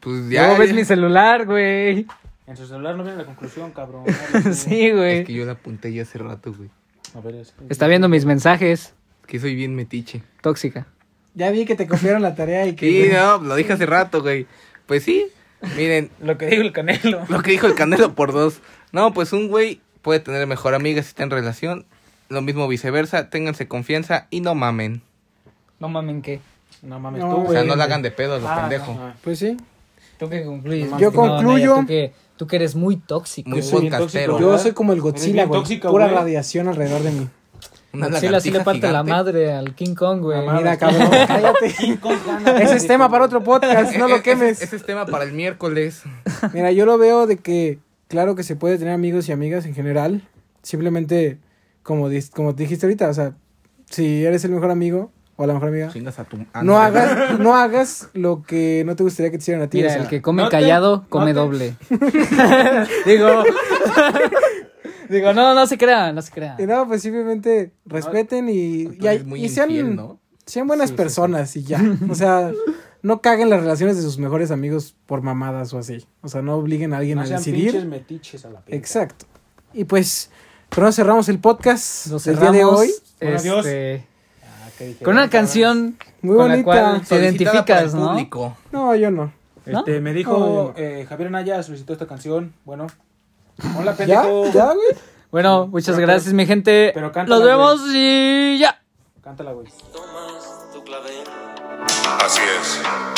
Speaker 3: Pues
Speaker 2: Ya,
Speaker 3: ya.
Speaker 2: ves
Speaker 3: ya.
Speaker 2: mi celular, güey. <laughs>
Speaker 6: En su celular no viene la conclusión, <laughs> cabrón.
Speaker 2: Sí, güey.
Speaker 3: Es que yo la apunté ya hace rato, güey.
Speaker 6: A ver, es-
Speaker 2: Está viendo mis mensajes.
Speaker 3: Es que soy bien metiche.
Speaker 2: Tóxica.
Speaker 1: Ya vi que te copiaron la tarea y que.
Speaker 3: Sí, no, lo dije hace rato, güey. Pues sí, miren,
Speaker 6: Lo que digo el canelo.
Speaker 3: lo que dijo el Canelo por dos. No, pues un güey puede tener mejor amiga si está en relación. Lo mismo viceversa, ténganse confianza y no mamen.
Speaker 2: <laughs> No mamen, ¿qué?
Speaker 6: No mames,
Speaker 1: No,
Speaker 6: tú,
Speaker 1: güey.
Speaker 3: O sea,
Speaker 6: güey.
Speaker 3: no la hagan de pedo a los
Speaker 6: Ah,
Speaker 3: pendejos.
Speaker 6: no, ah.
Speaker 1: Pues sí.
Speaker 2: ¿Tú qué concluyes?
Speaker 1: Yo
Speaker 2: No, Naya,
Speaker 1: concluyo-
Speaker 2: tú, que, tú que eres muy tóxico.
Speaker 3: Muy
Speaker 6: Yo soy bien
Speaker 3: podcastero.
Speaker 6: tóxico,
Speaker 1: Yo soy como el
Speaker 6: Eres
Speaker 1: Godzilla,
Speaker 6: bien
Speaker 1: güey.
Speaker 6: tóxico,
Speaker 1: Pura
Speaker 6: güey.
Speaker 1: radiación alrededor
Speaker 3: <laughs>
Speaker 1: de mí.
Speaker 3: Una
Speaker 2: Sí, la- sí le
Speaker 3: lagartija
Speaker 2: parte la
Speaker 3: gigante.
Speaker 2: madre al King Kong, güey.
Speaker 1: Mira, cabrón, cállate. Ese es tema para otro podcast, no
Speaker 3: Eh,
Speaker 1: lo
Speaker 3: eh,
Speaker 1: quemes.
Speaker 3: Ese, ese es tema para el miércoles.
Speaker 1: Mira, yo lo veo de que, claro que se puede tener amigos y amigas en general. Simplemente, como, dis- como te dijiste ahorita, o sea, si eres el mejor amigo o la mejor amiga,
Speaker 3: Chingas a tu ah,
Speaker 1: no, hagas, no hagas lo que no te gustaría que te hicieran a ti. o
Speaker 2: Mira,
Speaker 1: sea,
Speaker 2: el que come
Speaker 6: no te-
Speaker 2: callado,
Speaker 6: no
Speaker 2: come
Speaker 6: te-
Speaker 2: doble. digo, <laughs> digo, no, no se crea, no se crea.
Speaker 1: y no, pues simplemente respeten y,
Speaker 3: Tú
Speaker 1: y, hay-
Speaker 3: eres muy
Speaker 1: y sean,
Speaker 3: infiel, ¿no?
Speaker 1: sean buenas personas y ya. O
Speaker 2: <laughs>
Speaker 1: sea, no caguen las relaciones de sus mejores amigos por mamadas o así. O sea, no obliguen a alguien
Speaker 6: No
Speaker 1: a
Speaker 6: sean
Speaker 1: decidir.
Speaker 6: pinches metiches a la pinta.
Speaker 1: Exacto. Y pues, pero no cerramos el podcast
Speaker 2: Nos
Speaker 1: el día de
Speaker 2: cerramos
Speaker 1: hoy.
Speaker 6: Bueno, adiós.
Speaker 2: este,
Speaker 6: Ah, ¿qué dije?
Speaker 2: con una
Speaker 6: Cabrón.
Speaker 2: canción
Speaker 1: Muy
Speaker 2: con la
Speaker 1: bonita.
Speaker 2: cual te
Speaker 3: Solicitada para
Speaker 2: identificas,
Speaker 3: el
Speaker 2: ¿no?
Speaker 3: público.
Speaker 1: No, yo no.
Speaker 6: Este, me dijo
Speaker 1: No, yo no.
Speaker 6: eh, Javier Anaya solicitó esta canción. Bueno, hola,
Speaker 1: ¿Ya?
Speaker 6: pendejo.
Speaker 1: ¿Ya, güey?
Speaker 2: Bueno, muchas
Speaker 6: Pero-
Speaker 2: gracias, mi gente.
Speaker 6: pero cántala,
Speaker 2: Nos vemos y ya.
Speaker 6: Cántala, güey.
Speaker 7: Tomas Así es.